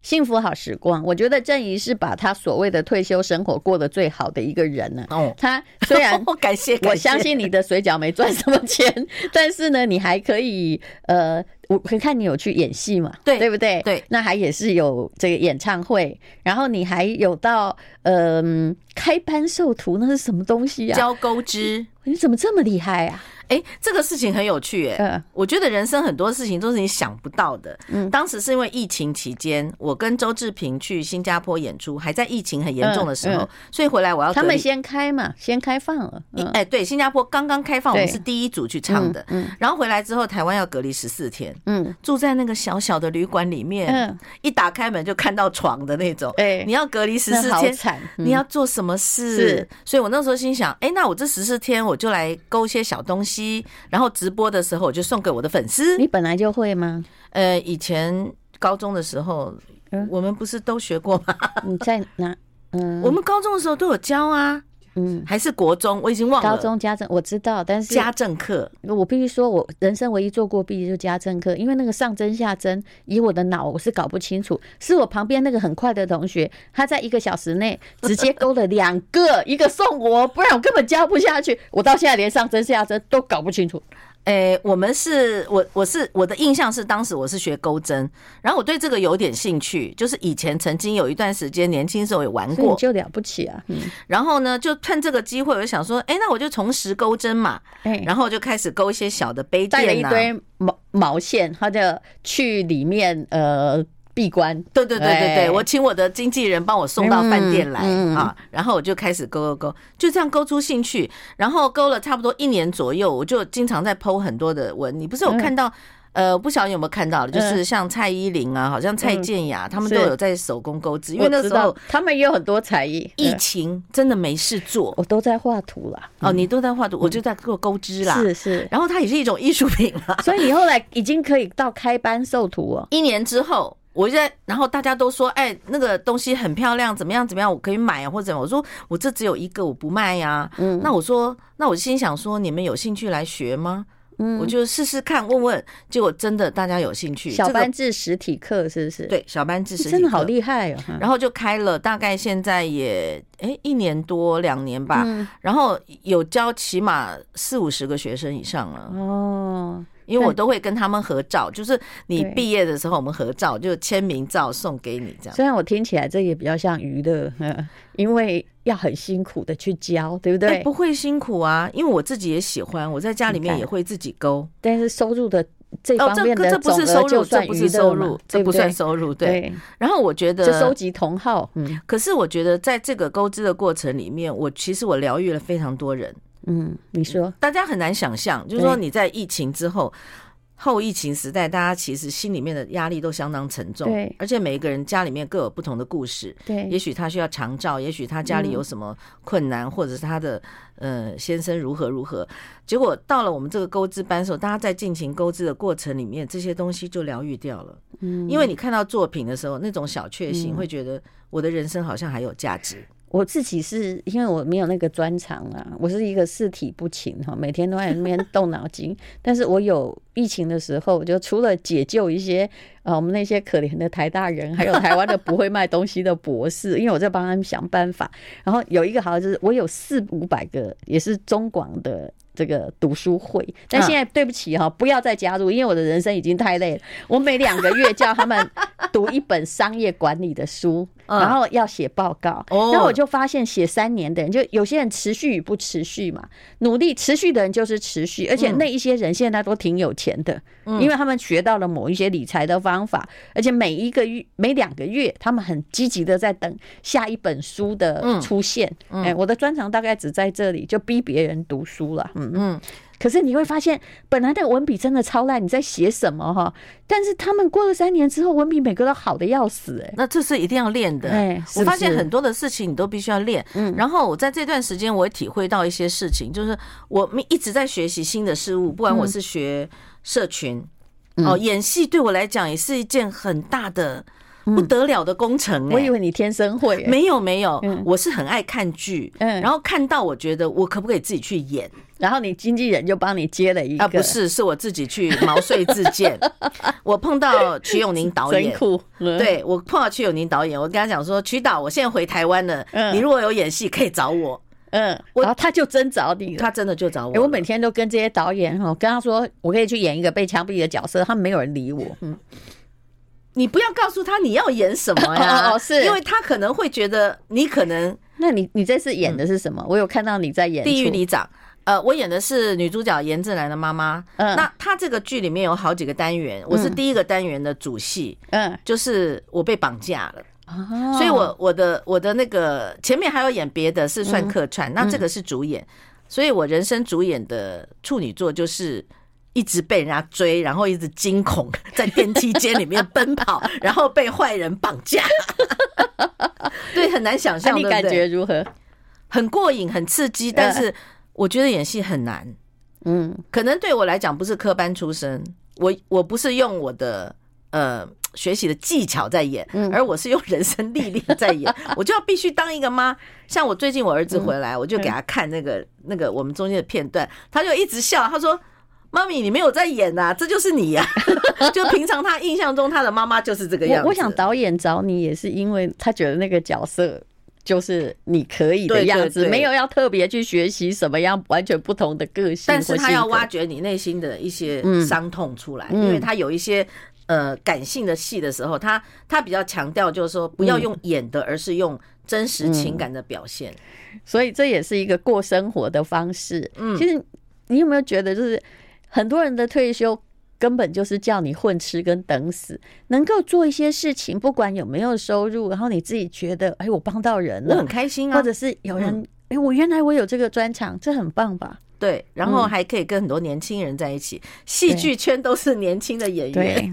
[SPEAKER 1] 幸福好时光，我觉得郑怡是把她所谓的退休生活过得最好的一个人呢、
[SPEAKER 2] 哦，
[SPEAKER 1] 她虽 然
[SPEAKER 2] 我感谢，
[SPEAKER 1] 我
[SPEAKER 2] 感谢
[SPEAKER 1] 相信你的水饺没赚什么钱，但是呢，你还可以呃，我可以看你有去演戏嘛，
[SPEAKER 2] 对
[SPEAKER 1] 对不对？
[SPEAKER 2] 对
[SPEAKER 1] 那还也是有这个演唱会，然后你还有到嗯、开班授徒，那是什么东西啊？
[SPEAKER 2] 交钩织。
[SPEAKER 1] 你怎么这么厉害啊？
[SPEAKER 2] 哎，这个事情很有趣哎、
[SPEAKER 1] 嗯
[SPEAKER 2] 我觉得人生很多事情都是你想不到的。嗯，当时是因为疫情期间，我跟周志平去新加坡演出，还在疫情很严重的时
[SPEAKER 1] 嗯
[SPEAKER 2] 候，
[SPEAKER 1] 嗯
[SPEAKER 2] 所以回来我要
[SPEAKER 1] 他
[SPEAKER 2] 隔
[SPEAKER 1] 们
[SPEAKER 2] 离
[SPEAKER 1] 先开嘛，先开放了。嗯
[SPEAKER 2] 哎、对，新加坡刚刚开放，我们
[SPEAKER 1] 对
[SPEAKER 2] 是第一组去唱的。
[SPEAKER 1] 嗯
[SPEAKER 2] 然后回来之后，台湾要隔离十四天，
[SPEAKER 1] 嗯，
[SPEAKER 2] 住在那个小小的旅馆里面，
[SPEAKER 1] 嗯
[SPEAKER 2] 一打开门就看到床的那种。
[SPEAKER 1] 哎
[SPEAKER 2] 你要隔离十
[SPEAKER 1] 那
[SPEAKER 2] 四
[SPEAKER 1] 好
[SPEAKER 2] 天，
[SPEAKER 1] 惨嗯
[SPEAKER 2] 你要做什么事
[SPEAKER 1] 是？
[SPEAKER 2] 所以我那时候心想，哎、那我这十四天我就来勾一些小东西，然后直播的时候我就送给我的粉丝。
[SPEAKER 1] 你本来就会吗？
[SPEAKER 2] 呃，以前高中的时候，
[SPEAKER 1] 嗯
[SPEAKER 2] 我们不是都学过吗？
[SPEAKER 1] 你在哪？嗯，
[SPEAKER 2] 我们高中的时候都有教啊，
[SPEAKER 1] 嗯，
[SPEAKER 2] 还是国中，我已经忘了。
[SPEAKER 1] 高中家政我知道，但是
[SPEAKER 2] 家政课，
[SPEAKER 1] 我必须说，我人生唯一做过弊的就是家政课，因为那个上针下针，以我的脑我是搞不清楚。是我旁边那个很快的同学，他在一个小时内直接勾了两个，一个送我，不然我根本教不下去。我到现在连上针下针都搞不清楚。
[SPEAKER 2] 诶、哎我们是我我是我的印象是，当时我是学钩针，然后我对这个有点兴趣，就是以前曾经有一段时间年轻时候也玩
[SPEAKER 1] 所以你
[SPEAKER 2] 过，
[SPEAKER 1] 就了不起啊！嗯，
[SPEAKER 2] 然后呢就趁这个机会，我就想说，诶、那我就重拾钩针嘛，
[SPEAKER 1] 哎
[SPEAKER 2] 然后我就开始勾一些小的杯
[SPEAKER 1] 带了一
[SPEAKER 2] 垫啊，
[SPEAKER 1] 堆毛毛线，他就去里面呃闭关。
[SPEAKER 2] 对对对对对，
[SPEAKER 1] 哎
[SPEAKER 2] 我请我的经纪人帮我送到饭店来、
[SPEAKER 1] 嗯嗯
[SPEAKER 2] 啊，然后我就开始勾勾勾，就这样勾出兴趣，然后勾了差不多一年左右，我就经常在剖很多的文，你不是有看
[SPEAKER 1] 嗯
[SPEAKER 2] 到？呃，不晓得有没有看到了，就是像蔡依林啊，好像蔡健雅，他们
[SPEAKER 1] 是
[SPEAKER 2] 都有在手工钩织，因为那
[SPEAKER 1] 嗯我知
[SPEAKER 2] 时
[SPEAKER 1] 道嗯
[SPEAKER 2] 候
[SPEAKER 1] 他们也有很多才艺，
[SPEAKER 2] 疫
[SPEAKER 1] 呃
[SPEAKER 2] 情真的没事做
[SPEAKER 1] 我都在画图啦。
[SPEAKER 2] 哦，你都在画图，我就在做钩织啦，
[SPEAKER 1] 是是，
[SPEAKER 2] 然后它也是一种艺术品 啦。
[SPEAKER 1] 所以你后来已经可以到开班授徒哦。
[SPEAKER 2] 一年之后，我就在，然后大家都说，哎，那个东西很漂亮，怎么样怎么样，我可以买啊，或者怎么样我说我这只有一个，我不卖呀、嗯，那我说，那我心想说，你们有兴趣来学吗？嗯，我就试试看，问问。结果真的大家有兴趣，
[SPEAKER 1] 小班
[SPEAKER 2] 这
[SPEAKER 1] 制实体课是不是？哎
[SPEAKER 2] 个、，嗯对小班制是
[SPEAKER 1] 真的好厉害哦。
[SPEAKER 2] 然后就开了，大概现在也哎一年多两年吧，
[SPEAKER 1] 嗯
[SPEAKER 2] 然后有教起码四五十个学生以上了。
[SPEAKER 1] 哦，
[SPEAKER 2] 因为我都会跟他们合照，就是你
[SPEAKER 1] 对
[SPEAKER 2] 毕业的时候我们合照，就签名照送给你这样。
[SPEAKER 1] 虽然我听起来这也比较像娱乐， 嗯因为要很辛苦的去教，对不
[SPEAKER 2] 哎、
[SPEAKER 1] 对？
[SPEAKER 2] 不会辛苦啊，因为我自己也喜欢，我在家里面
[SPEAKER 1] 你看
[SPEAKER 2] 也会自己勾。
[SPEAKER 1] 但是收入的这
[SPEAKER 2] 哦，
[SPEAKER 1] 方
[SPEAKER 2] 这
[SPEAKER 1] 面
[SPEAKER 2] 个
[SPEAKER 1] 的
[SPEAKER 2] 这不
[SPEAKER 1] 总
[SPEAKER 2] 是
[SPEAKER 1] 额
[SPEAKER 2] 收入，
[SPEAKER 1] 就
[SPEAKER 2] 这
[SPEAKER 1] 算
[SPEAKER 2] 不
[SPEAKER 1] 娱
[SPEAKER 2] 是
[SPEAKER 1] 乐
[SPEAKER 2] 收
[SPEAKER 1] 嘛
[SPEAKER 2] 入，，
[SPEAKER 1] 对
[SPEAKER 2] 这不算
[SPEAKER 1] 对
[SPEAKER 2] 收入。对，呃
[SPEAKER 1] 对，
[SPEAKER 2] 然后我觉
[SPEAKER 1] 就收
[SPEAKER 2] 得，
[SPEAKER 1] 集同好，嗯
[SPEAKER 2] 可是我觉得在这个钩织的过程里面，我其实我疗愈了非常多人，
[SPEAKER 1] 嗯，你说
[SPEAKER 2] 大家很难想象，就是说
[SPEAKER 1] 对
[SPEAKER 2] 你在疫情之后。后疫情时代，大家其实心里面的压力都相当沉重，
[SPEAKER 1] 对
[SPEAKER 2] 而且每一个人家里面各有不同的故事，
[SPEAKER 1] 对
[SPEAKER 2] 也许他需要长照，也许他家里有什么困难，或者是他的呃先生如何如何。结果到了我们这个钩织班的时候，大家在进行钩织的过程里面，这些东西就疗愈掉了。嗯，因为你看到作品的时候，那种小确幸，会觉得我的人生好像还有价值。
[SPEAKER 1] 我自己是因为我没有那个专长啊，我是一个四体不勤哈，每天都在那边动脑筋。但是我有疫情的时候，就除了解救一些呃我们那些可怜的台大人，还有台湾的不会卖东西的博士，因为我在帮他们想办法。然后有一个好像就是我有四五百个，也是中广的。这个读书会，但现在对不起哈、哦，不要再加入，因为我的人生已经太累了。我每两个月叫他们读一本商业管理的书，然后要写报告。然后我就发现，写三年的人，就有些人持续与不持续嘛，努力持续的人就是持续，而且那一些人现在都挺有钱的，因为他们学到了某一些理财的方法，而且每一个月、每两个月，他们很积极的在等下一本书的出现。哎，我的专长大概只在这里，就逼别人读书了。嗯。嗯，可是你会发现，本来的文笔真的超烂，你在写什么哈？但是他们过了三年之后，文笔每个都好的要死、欸，哎，
[SPEAKER 2] 那这是一定要练的。
[SPEAKER 1] 哎，
[SPEAKER 2] 我发现很多的事情你都必须要练。嗯，然后我在这段时间，我也体会到一些事情，就是我们一直在学习新的事物，不管我是学社群，嗯、哦，演戏对我来讲也是一件很大的。不得了的工程、欸！
[SPEAKER 1] 嗯我以为你天生会、欸，
[SPEAKER 2] 没有没有，我是很爱看剧，嗯，然后看到我觉得我可不可以自己去演，
[SPEAKER 1] 然后你经纪人就帮你接了一个，
[SPEAKER 2] 啊，不是，是我自己去毛遂自 荐。我碰到瞿永宁导演，
[SPEAKER 1] 酷，
[SPEAKER 2] 对我碰到瞿永宁导演，我跟他讲说，瞿导，我现在回台湾了，你如果有演戏可以找我。
[SPEAKER 1] 嗯，然后他就真找你，
[SPEAKER 2] 他真的就找我、
[SPEAKER 1] 欸。我每天都跟这些导演哈，跟他说我可以去演一个被枪毙的角色，他们没有人理我，嗯。
[SPEAKER 2] 你不要告诉他你要演什么 呀，
[SPEAKER 1] 哦哦是
[SPEAKER 2] 因为他可能会觉得你可能。
[SPEAKER 1] 那你你这次演的是什么？嗯、我有看到你在演《
[SPEAKER 2] 地狱里长》。
[SPEAKER 1] 嗯
[SPEAKER 2] 呃，我演的是女主角严正兰的妈妈。嗯，那她这个剧里面有好几个单元，我
[SPEAKER 1] 嗯
[SPEAKER 2] 是第一个单元的主戏。嗯，就是我被绑架了。哦，所以
[SPEAKER 1] 啊嗯
[SPEAKER 2] 我我的我的那个前面还有演别的，是算客串。嗯、那这个是主演，所以我人生主演的处女作就是。一直被人家追，然后一直惊恐，在电梯间里面奔跑，然后被坏人绑架， 对，很难想象。
[SPEAKER 1] 啊你感觉呃如何？
[SPEAKER 2] 很过瘾，很刺激，但是我觉得演戏很难。嗯，可能对我来讲不是科班出身，我我不是用我的呃学习的技巧在演，
[SPEAKER 1] 嗯
[SPEAKER 2] 而我是用人生历练在 演，我就要必须当一个妈。像我最近我儿子回
[SPEAKER 1] 嗯
[SPEAKER 2] 来，我就给他看那个那个我们中间的片段，他就一直笑，他说。妈咪，你没有在演呐、啊， 这就是你呀、啊！就平常他印象中他的妈妈就是这个样子
[SPEAKER 1] 我。我想导演找你也是因为他觉得那个角色就是你可以的样子，
[SPEAKER 2] 对对对
[SPEAKER 1] 没有要特别去学习什么样完全不同的个性。
[SPEAKER 2] 但是他要挖掘你内心的一些伤痛出来，
[SPEAKER 1] 嗯、
[SPEAKER 2] 因为他有一些呃感性的戏的时候，他他比较强调就是说不要用演的，而是用。真实情感的表现、
[SPEAKER 1] 嗯，所以这也是一个过生活的方式。嗯，其实你有没有觉得就是？很多人的退休根本就是叫你混吃跟等死，能够做一些事情，不管有没有收入，然后你自己觉得，哎，我帮到人了，
[SPEAKER 2] 我很开心啊，
[SPEAKER 1] 或者是有人，嗯、哎，我原来我有这个专长，这很棒吧？
[SPEAKER 2] 对，然
[SPEAKER 1] 嗯
[SPEAKER 2] 后还可以跟很多年轻人在一起，戏剧、嗯、圈都是年轻的演员。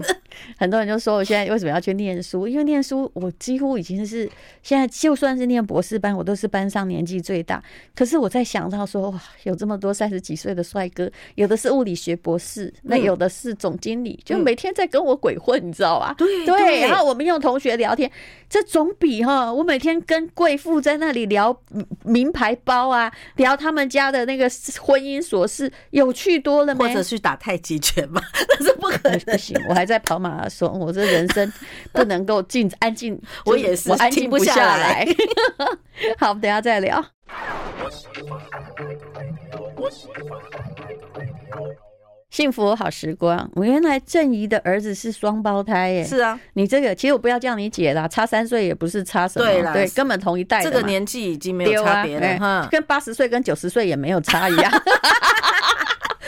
[SPEAKER 1] 很多人就说我现在为什么要去念书？因为念书我几乎已经是现在就算是念博士班，我都是班上年纪最大。可是我在想到说，哇，有这么多三十几岁的帅哥，有的是物理学博士，那有的是总经理，嗯嗯、就每天在跟我鬼混，你知道吧？
[SPEAKER 2] 对
[SPEAKER 1] 对。然后我们用同学聊天，这总比哈，我每天跟贵妇在那里聊嗯名牌包啊，聊他们家的那个。婚姻琐事有趣多了，
[SPEAKER 2] 或者去打太极拳吧， 那是不 可能。
[SPEAKER 1] 不行，我还在跑马拉松，我这人生不能够静安静，
[SPEAKER 2] 我也是，
[SPEAKER 1] 我安静
[SPEAKER 2] 不
[SPEAKER 1] 下
[SPEAKER 2] 来。
[SPEAKER 1] 好，我们等下再聊。幸福好时光，我原来郑怡的儿子是双胞胎耶、欸。
[SPEAKER 2] 是啊，
[SPEAKER 1] 你这个其实我不要叫你姐啦，差三岁也不是差什么，
[SPEAKER 2] 对啦，
[SPEAKER 1] 对，根本同一代
[SPEAKER 2] 这个年纪已经没有差别了，
[SPEAKER 1] 哎啊欸、跟八十岁跟九十岁也没有差一样。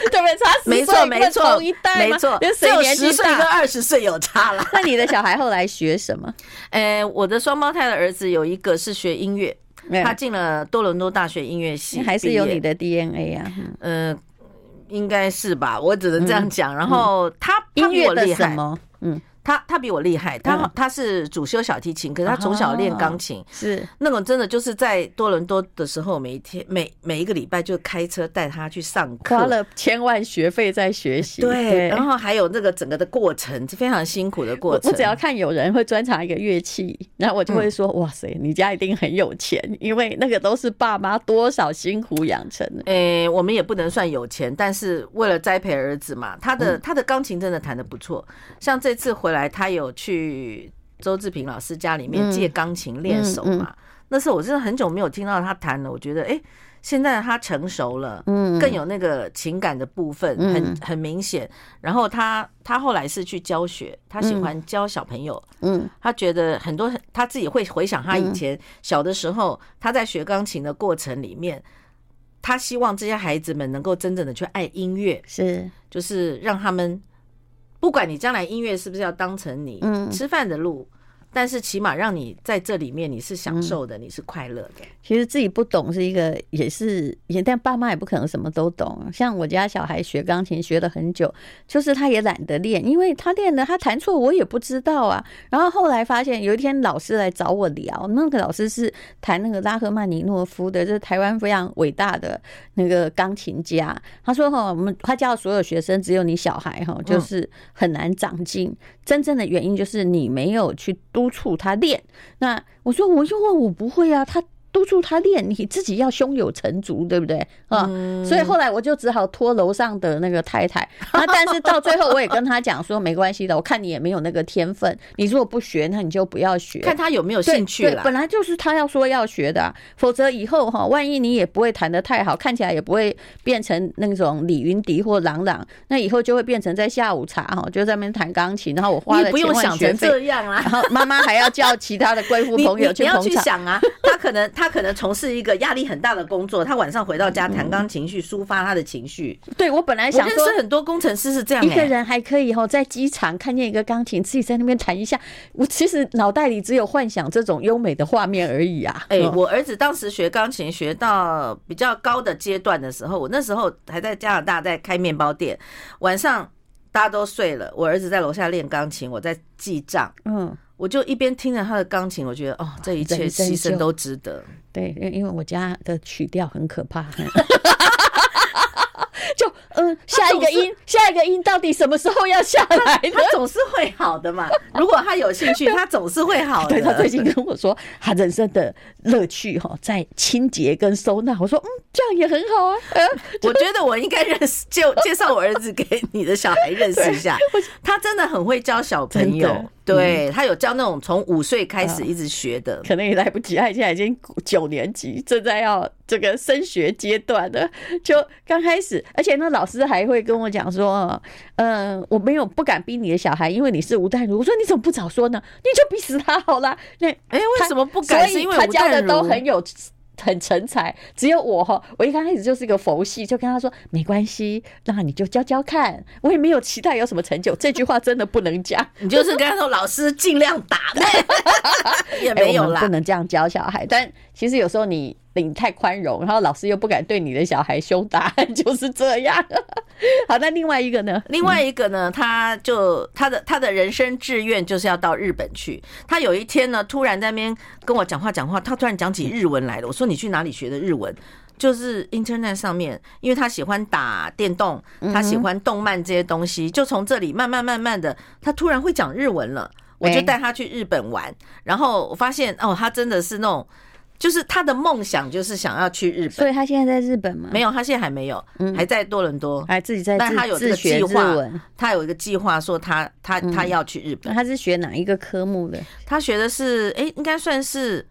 [SPEAKER 1] 对不对？差
[SPEAKER 2] 没错，没错，
[SPEAKER 1] 同一代
[SPEAKER 2] 没错，
[SPEAKER 1] 只
[SPEAKER 2] 有十岁跟二十岁有差了。
[SPEAKER 1] 那你的小孩后来学什么？
[SPEAKER 2] 呃，我的双胞胎的儿子有一个是学音乐，他进了多伦多大学音乐系，
[SPEAKER 1] 还是有你的 DNA 啊？
[SPEAKER 2] 嗯、呃，应该是吧，我只能这样讲。然后他
[SPEAKER 1] 嗯音乐
[SPEAKER 2] 厉
[SPEAKER 1] 害，嗯，
[SPEAKER 2] 他他比我厉害，他、
[SPEAKER 1] 嗯啊
[SPEAKER 2] 他是主修小提琴，可是他从小练钢琴。
[SPEAKER 1] 是
[SPEAKER 2] 那种真的就是在多伦多的时候，每一天每每一个礼拜就开车带他去上
[SPEAKER 1] 花
[SPEAKER 2] 课，
[SPEAKER 1] 了千万学费在学习。
[SPEAKER 2] 对，然后还有那个整个的过程是非常辛苦的过
[SPEAKER 1] 我
[SPEAKER 2] 程。
[SPEAKER 1] 我只要看有人会专长一个乐器，然后我就会说：“哇塞，你家一定很有钱，因为那个都是爸妈多少辛苦养成的。
[SPEAKER 2] 诶、呃我们也不能算有钱，但是为了栽培儿子嘛，他的、他的钢琴真的弹得不错。像这次回来，他有去周志平老师家里面
[SPEAKER 1] 嗯
[SPEAKER 2] 借钢琴练手嘛。那时候我真的很久没有听到他弹了，我觉得诶，现在他成熟了，
[SPEAKER 1] 嗯
[SPEAKER 2] 更有那个情感的部分
[SPEAKER 1] 嗯
[SPEAKER 2] 很很明显。然后他他后来是去教学，他喜欢教小朋友，
[SPEAKER 1] 嗯
[SPEAKER 2] 他觉得很多他自己会回想他以前小的时候，他在学钢琴的过程里面，他希望这些孩子们能够真正的去爱音乐，
[SPEAKER 1] 是
[SPEAKER 2] 就是让他们，不管你将来音乐是不是要当成你
[SPEAKER 1] 嗯
[SPEAKER 2] 吃饭的路，但是起码让你在这里面你是享受的，你是快乐的。
[SPEAKER 1] 其实自己不懂是一个，也是也，但爸妈也不可能什么都懂啊。像我家小孩学钢琴学了很久，就是他也懒得练，因为他练了他弹错我也不知道啊。然后后来发现有一天老师来找我聊，那个老师是弹那个拉赫曼尼诺夫的，就是台湾非常伟大的那个钢琴家。他说哈，我们他教所有学生，只有你小孩哈，就是很难长进。真正的原因就是你没有去督促他练。那我说我因为我不会啊，他督促他练，你自己要胸有成竹，对不对啊？
[SPEAKER 2] 嗯
[SPEAKER 1] 所以后来我就只好拖楼上的那个太 太。那但是到最后，我也跟他讲说，没关系的，我看你也没有那个天分，你如果不学，那你就不要学。
[SPEAKER 2] 看他有没有兴趣
[SPEAKER 1] 对对，
[SPEAKER 2] 啦。
[SPEAKER 1] 本来就是他要说要学的啊、否则以后哈，万一你也不会弹得太好，看起来也不会变成那种李云迪或郎朗，那以后就会变成在下午茶哈，就在那边弹钢琴，然后我花
[SPEAKER 2] 你
[SPEAKER 1] 了
[SPEAKER 2] 也不
[SPEAKER 1] 千
[SPEAKER 2] 用
[SPEAKER 1] 万
[SPEAKER 2] 想
[SPEAKER 1] 学
[SPEAKER 2] 成
[SPEAKER 1] 费，
[SPEAKER 2] 这样啦
[SPEAKER 1] 然。后妈妈还要叫其他的贵妇
[SPEAKER 2] 你
[SPEAKER 1] 朋友
[SPEAKER 2] 你你要
[SPEAKER 1] 捧
[SPEAKER 2] 去
[SPEAKER 1] 场。
[SPEAKER 2] 想啊，他可能他可能从事一个压力很大的工作，他晚上回到家弹钢琴去抒发他的情绪。
[SPEAKER 1] 对我本来
[SPEAKER 2] 我
[SPEAKER 1] 想
[SPEAKER 2] 认
[SPEAKER 1] 说
[SPEAKER 2] 识。很多工程师是这样、欸，
[SPEAKER 1] 一个人还可以哦，在机场看见一个钢琴，自己在那边弹一下。我 其实脑袋里只有幻想这种优美的画面而已啊。
[SPEAKER 2] 哎、
[SPEAKER 1] 嗯
[SPEAKER 2] 我儿子当时学钢琴学到比较高的阶段的时候，我那时候还在加拿大在开面包店，晚上大家都睡了，我儿子在楼下练钢琴，我在记账，
[SPEAKER 1] 嗯，
[SPEAKER 2] 我就一边听着他的钢琴，我觉得哦，这一切
[SPEAKER 1] 人生
[SPEAKER 2] 牺牲
[SPEAKER 1] 就
[SPEAKER 2] 都值得。
[SPEAKER 1] 对，因为因为我家的曲调很可怕。嗯 就嗯，下一个音，下一个音到底什么时候哎要下 来呢
[SPEAKER 2] 他？总是会好的嘛，如果他有兴趣，他总是会好的。
[SPEAKER 1] 对他最近跟我说，他人生的乐趣哈、在清洁跟收纳。我说嗯，这样也很好啊。呃
[SPEAKER 2] 我觉得我应该认识，就介绍我儿子给你的小孩认识一下。他真的很会教小朋
[SPEAKER 1] 真
[SPEAKER 2] 友
[SPEAKER 1] 的，嗯
[SPEAKER 2] 对他有教那种从五岁开始一直学的。
[SPEAKER 1] 可能也来不及，他现在已经九年级，正在要这个升学阶段了，就刚开始，而且那老师还会跟我讲说，嗯、我没有不敢逼你的小孩，因为你是吴淡如。我说你怎么不早说呢？你就逼死他好啦。那
[SPEAKER 2] 哎、为什么不
[SPEAKER 1] 所
[SPEAKER 2] 敢？是
[SPEAKER 1] 以
[SPEAKER 2] 因为
[SPEAKER 1] 他
[SPEAKER 2] 吴
[SPEAKER 1] 教的
[SPEAKER 2] 淡如
[SPEAKER 1] 都很有。很成才，只有我哈，我一刚开始就是个佛系，就跟他说没关系，那你就教教看，我也没有期待有什么成就，这句话真的不能讲。
[SPEAKER 2] 你就是跟 他说老师尽量打， 也
[SPEAKER 1] 哎
[SPEAKER 2] 没有
[SPEAKER 1] 我们
[SPEAKER 2] 啦
[SPEAKER 1] 不。能这样教小孩。但其实有时候你你太宽容，然后老师又不敢对你的小孩凶，答 案就是这样。 好，那另外一个呢？
[SPEAKER 2] 另外一个呢，他就他的他的人生志愿就是要到日本去。他有一天呢，突然在那边跟我讲话讲话，他突然讲起日文来了。我说你去哪里学的日文？就是 Internet 上面，因为他喜欢打电动，他喜欢动漫这些东西，就从这里慢慢慢慢的，他突然会讲日文了。我就
[SPEAKER 1] 哎
[SPEAKER 2] 带他去日本玩，然后我发现哦，他真的是那种，就是他的梦想就是想要去日本。
[SPEAKER 1] 所以他现在在日本吗？
[SPEAKER 2] 没有，他现在还没有，还在多伦多。
[SPEAKER 1] 哎，自己在
[SPEAKER 2] 但
[SPEAKER 1] 自
[SPEAKER 2] 他有这
[SPEAKER 1] 自
[SPEAKER 2] 个
[SPEAKER 1] 学
[SPEAKER 2] 计
[SPEAKER 1] 日
[SPEAKER 2] 划
[SPEAKER 1] 文。，
[SPEAKER 2] 他有一个计划说他他
[SPEAKER 1] 嗯
[SPEAKER 2] 他要去日
[SPEAKER 1] 那
[SPEAKER 2] 本，
[SPEAKER 1] 他是学哪一个科目的？
[SPEAKER 2] 他学的是哎、应该算是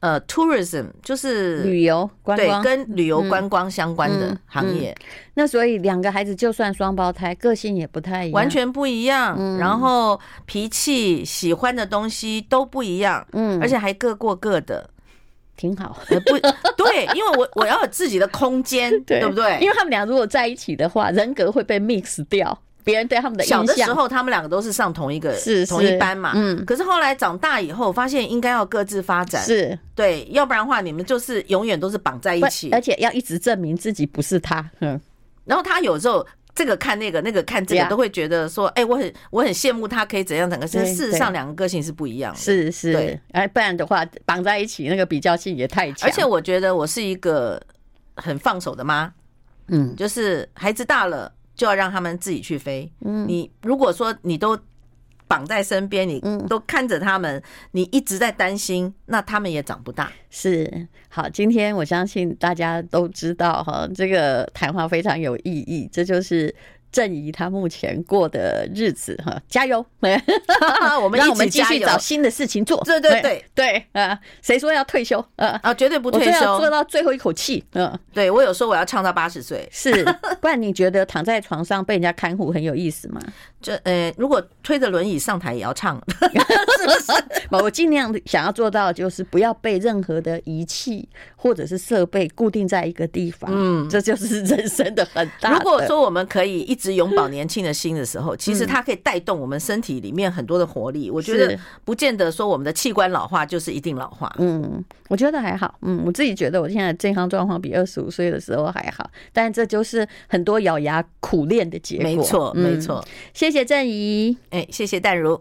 [SPEAKER 2] 呃 tourism，就是
[SPEAKER 1] 旅游观
[SPEAKER 2] 对
[SPEAKER 1] 光。
[SPEAKER 2] 跟旅游观光相关的
[SPEAKER 1] 嗯
[SPEAKER 2] 行业，
[SPEAKER 1] 那所以两个孩子就算双胞胎，个性也不太一样。
[SPEAKER 2] 完全不一样，
[SPEAKER 1] 嗯
[SPEAKER 2] 然后脾气、喜欢的东西都不一样，
[SPEAKER 1] 嗯
[SPEAKER 2] 而且还各过各的。
[SPEAKER 1] 挺好。
[SPEAKER 2] 呃不对，因为我我要有自己的空间，对不对？
[SPEAKER 1] 因
[SPEAKER 2] 为
[SPEAKER 1] 为他们俩如果在一起的话，人格会被 mix 掉，别人对他们的印
[SPEAKER 2] 小
[SPEAKER 1] 象。
[SPEAKER 2] 的时候他们两个都是上同一个
[SPEAKER 1] 是
[SPEAKER 2] 同一
[SPEAKER 1] 是
[SPEAKER 2] 班嘛，
[SPEAKER 1] 嗯
[SPEAKER 2] 可是后来长大以后，发现应该要各自发展，
[SPEAKER 1] 是
[SPEAKER 2] 对，要不然的话，你们就是永远都是绑在一
[SPEAKER 1] 不
[SPEAKER 2] 起
[SPEAKER 1] 而。且要一直证明自己不是他。嗯，
[SPEAKER 2] 然后他有时候这个看那个，那个看这个
[SPEAKER 1] Yeah，
[SPEAKER 2] 都会觉得说，哎，我很我很羡慕他可以怎样怎样。可
[SPEAKER 1] 对
[SPEAKER 2] 是事实上，两个个性是不一样的。
[SPEAKER 1] 是是
[SPEAKER 2] 对，
[SPEAKER 1] 哎，不然的话绑在一起，那个比较性也太强。
[SPEAKER 2] 而且我觉得我是一个很放手的妈，
[SPEAKER 1] 嗯，
[SPEAKER 2] 就是孩子大了就要让他们自己去飞。嗯，你如果说你都绑在身边，你
[SPEAKER 1] 嗯
[SPEAKER 2] 都看着他们，你一直在担心，那他们也长不大。
[SPEAKER 1] 是好，今天我相信大家都知道哈，这个谈话非常有意义，这就是。郑怡她目前过的日子哈，加油！
[SPEAKER 2] 我
[SPEAKER 1] 啊
[SPEAKER 2] 们
[SPEAKER 1] 让
[SPEAKER 2] 一
[SPEAKER 1] 我们
[SPEAKER 2] 起
[SPEAKER 1] 继
[SPEAKER 2] 加
[SPEAKER 1] 续
[SPEAKER 2] 油
[SPEAKER 1] 找新的事情做。
[SPEAKER 2] 对对对
[SPEAKER 1] 对，啊，谁说要退休？啊，
[SPEAKER 2] 啊，绝对不
[SPEAKER 1] 我
[SPEAKER 2] 退
[SPEAKER 1] 真的要做
[SPEAKER 2] 休。
[SPEAKER 1] 到最后一口气。 嗯，
[SPEAKER 2] 对我有说我要唱到八十岁，
[SPEAKER 1] 是，不然你觉得躺在床上被人家看护很有意思吗？
[SPEAKER 2] 这呃，如果推着轮椅上台也要唱，
[SPEAKER 1] 不我尽量想要做到，就是不要被任何的仪器或者是设备固定在一个地方。嗯，这就是人生的很大的。
[SPEAKER 2] 如果说我们可以一直永葆年轻的心的时候，其实它可以带动我们身体里面很多的活力。我
[SPEAKER 1] 嗯
[SPEAKER 2] 觉
[SPEAKER 1] 是
[SPEAKER 2] 得不见得说我们的器官老化就是一定老化。
[SPEAKER 1] 嗯，我觉得还好。嗯，我自己觉得我现在健康状况比二十五岁的时候还好，但这就是很多咬牙苦练的结果。
[SPEAKER 2] 没错，没
[SPEAKER 1] 嗯。
[SPEAKER 2] 错。
[SPEAKER 1] 谢谢郑怡。
[SPEAKER 2] 哎，谢谢淡如。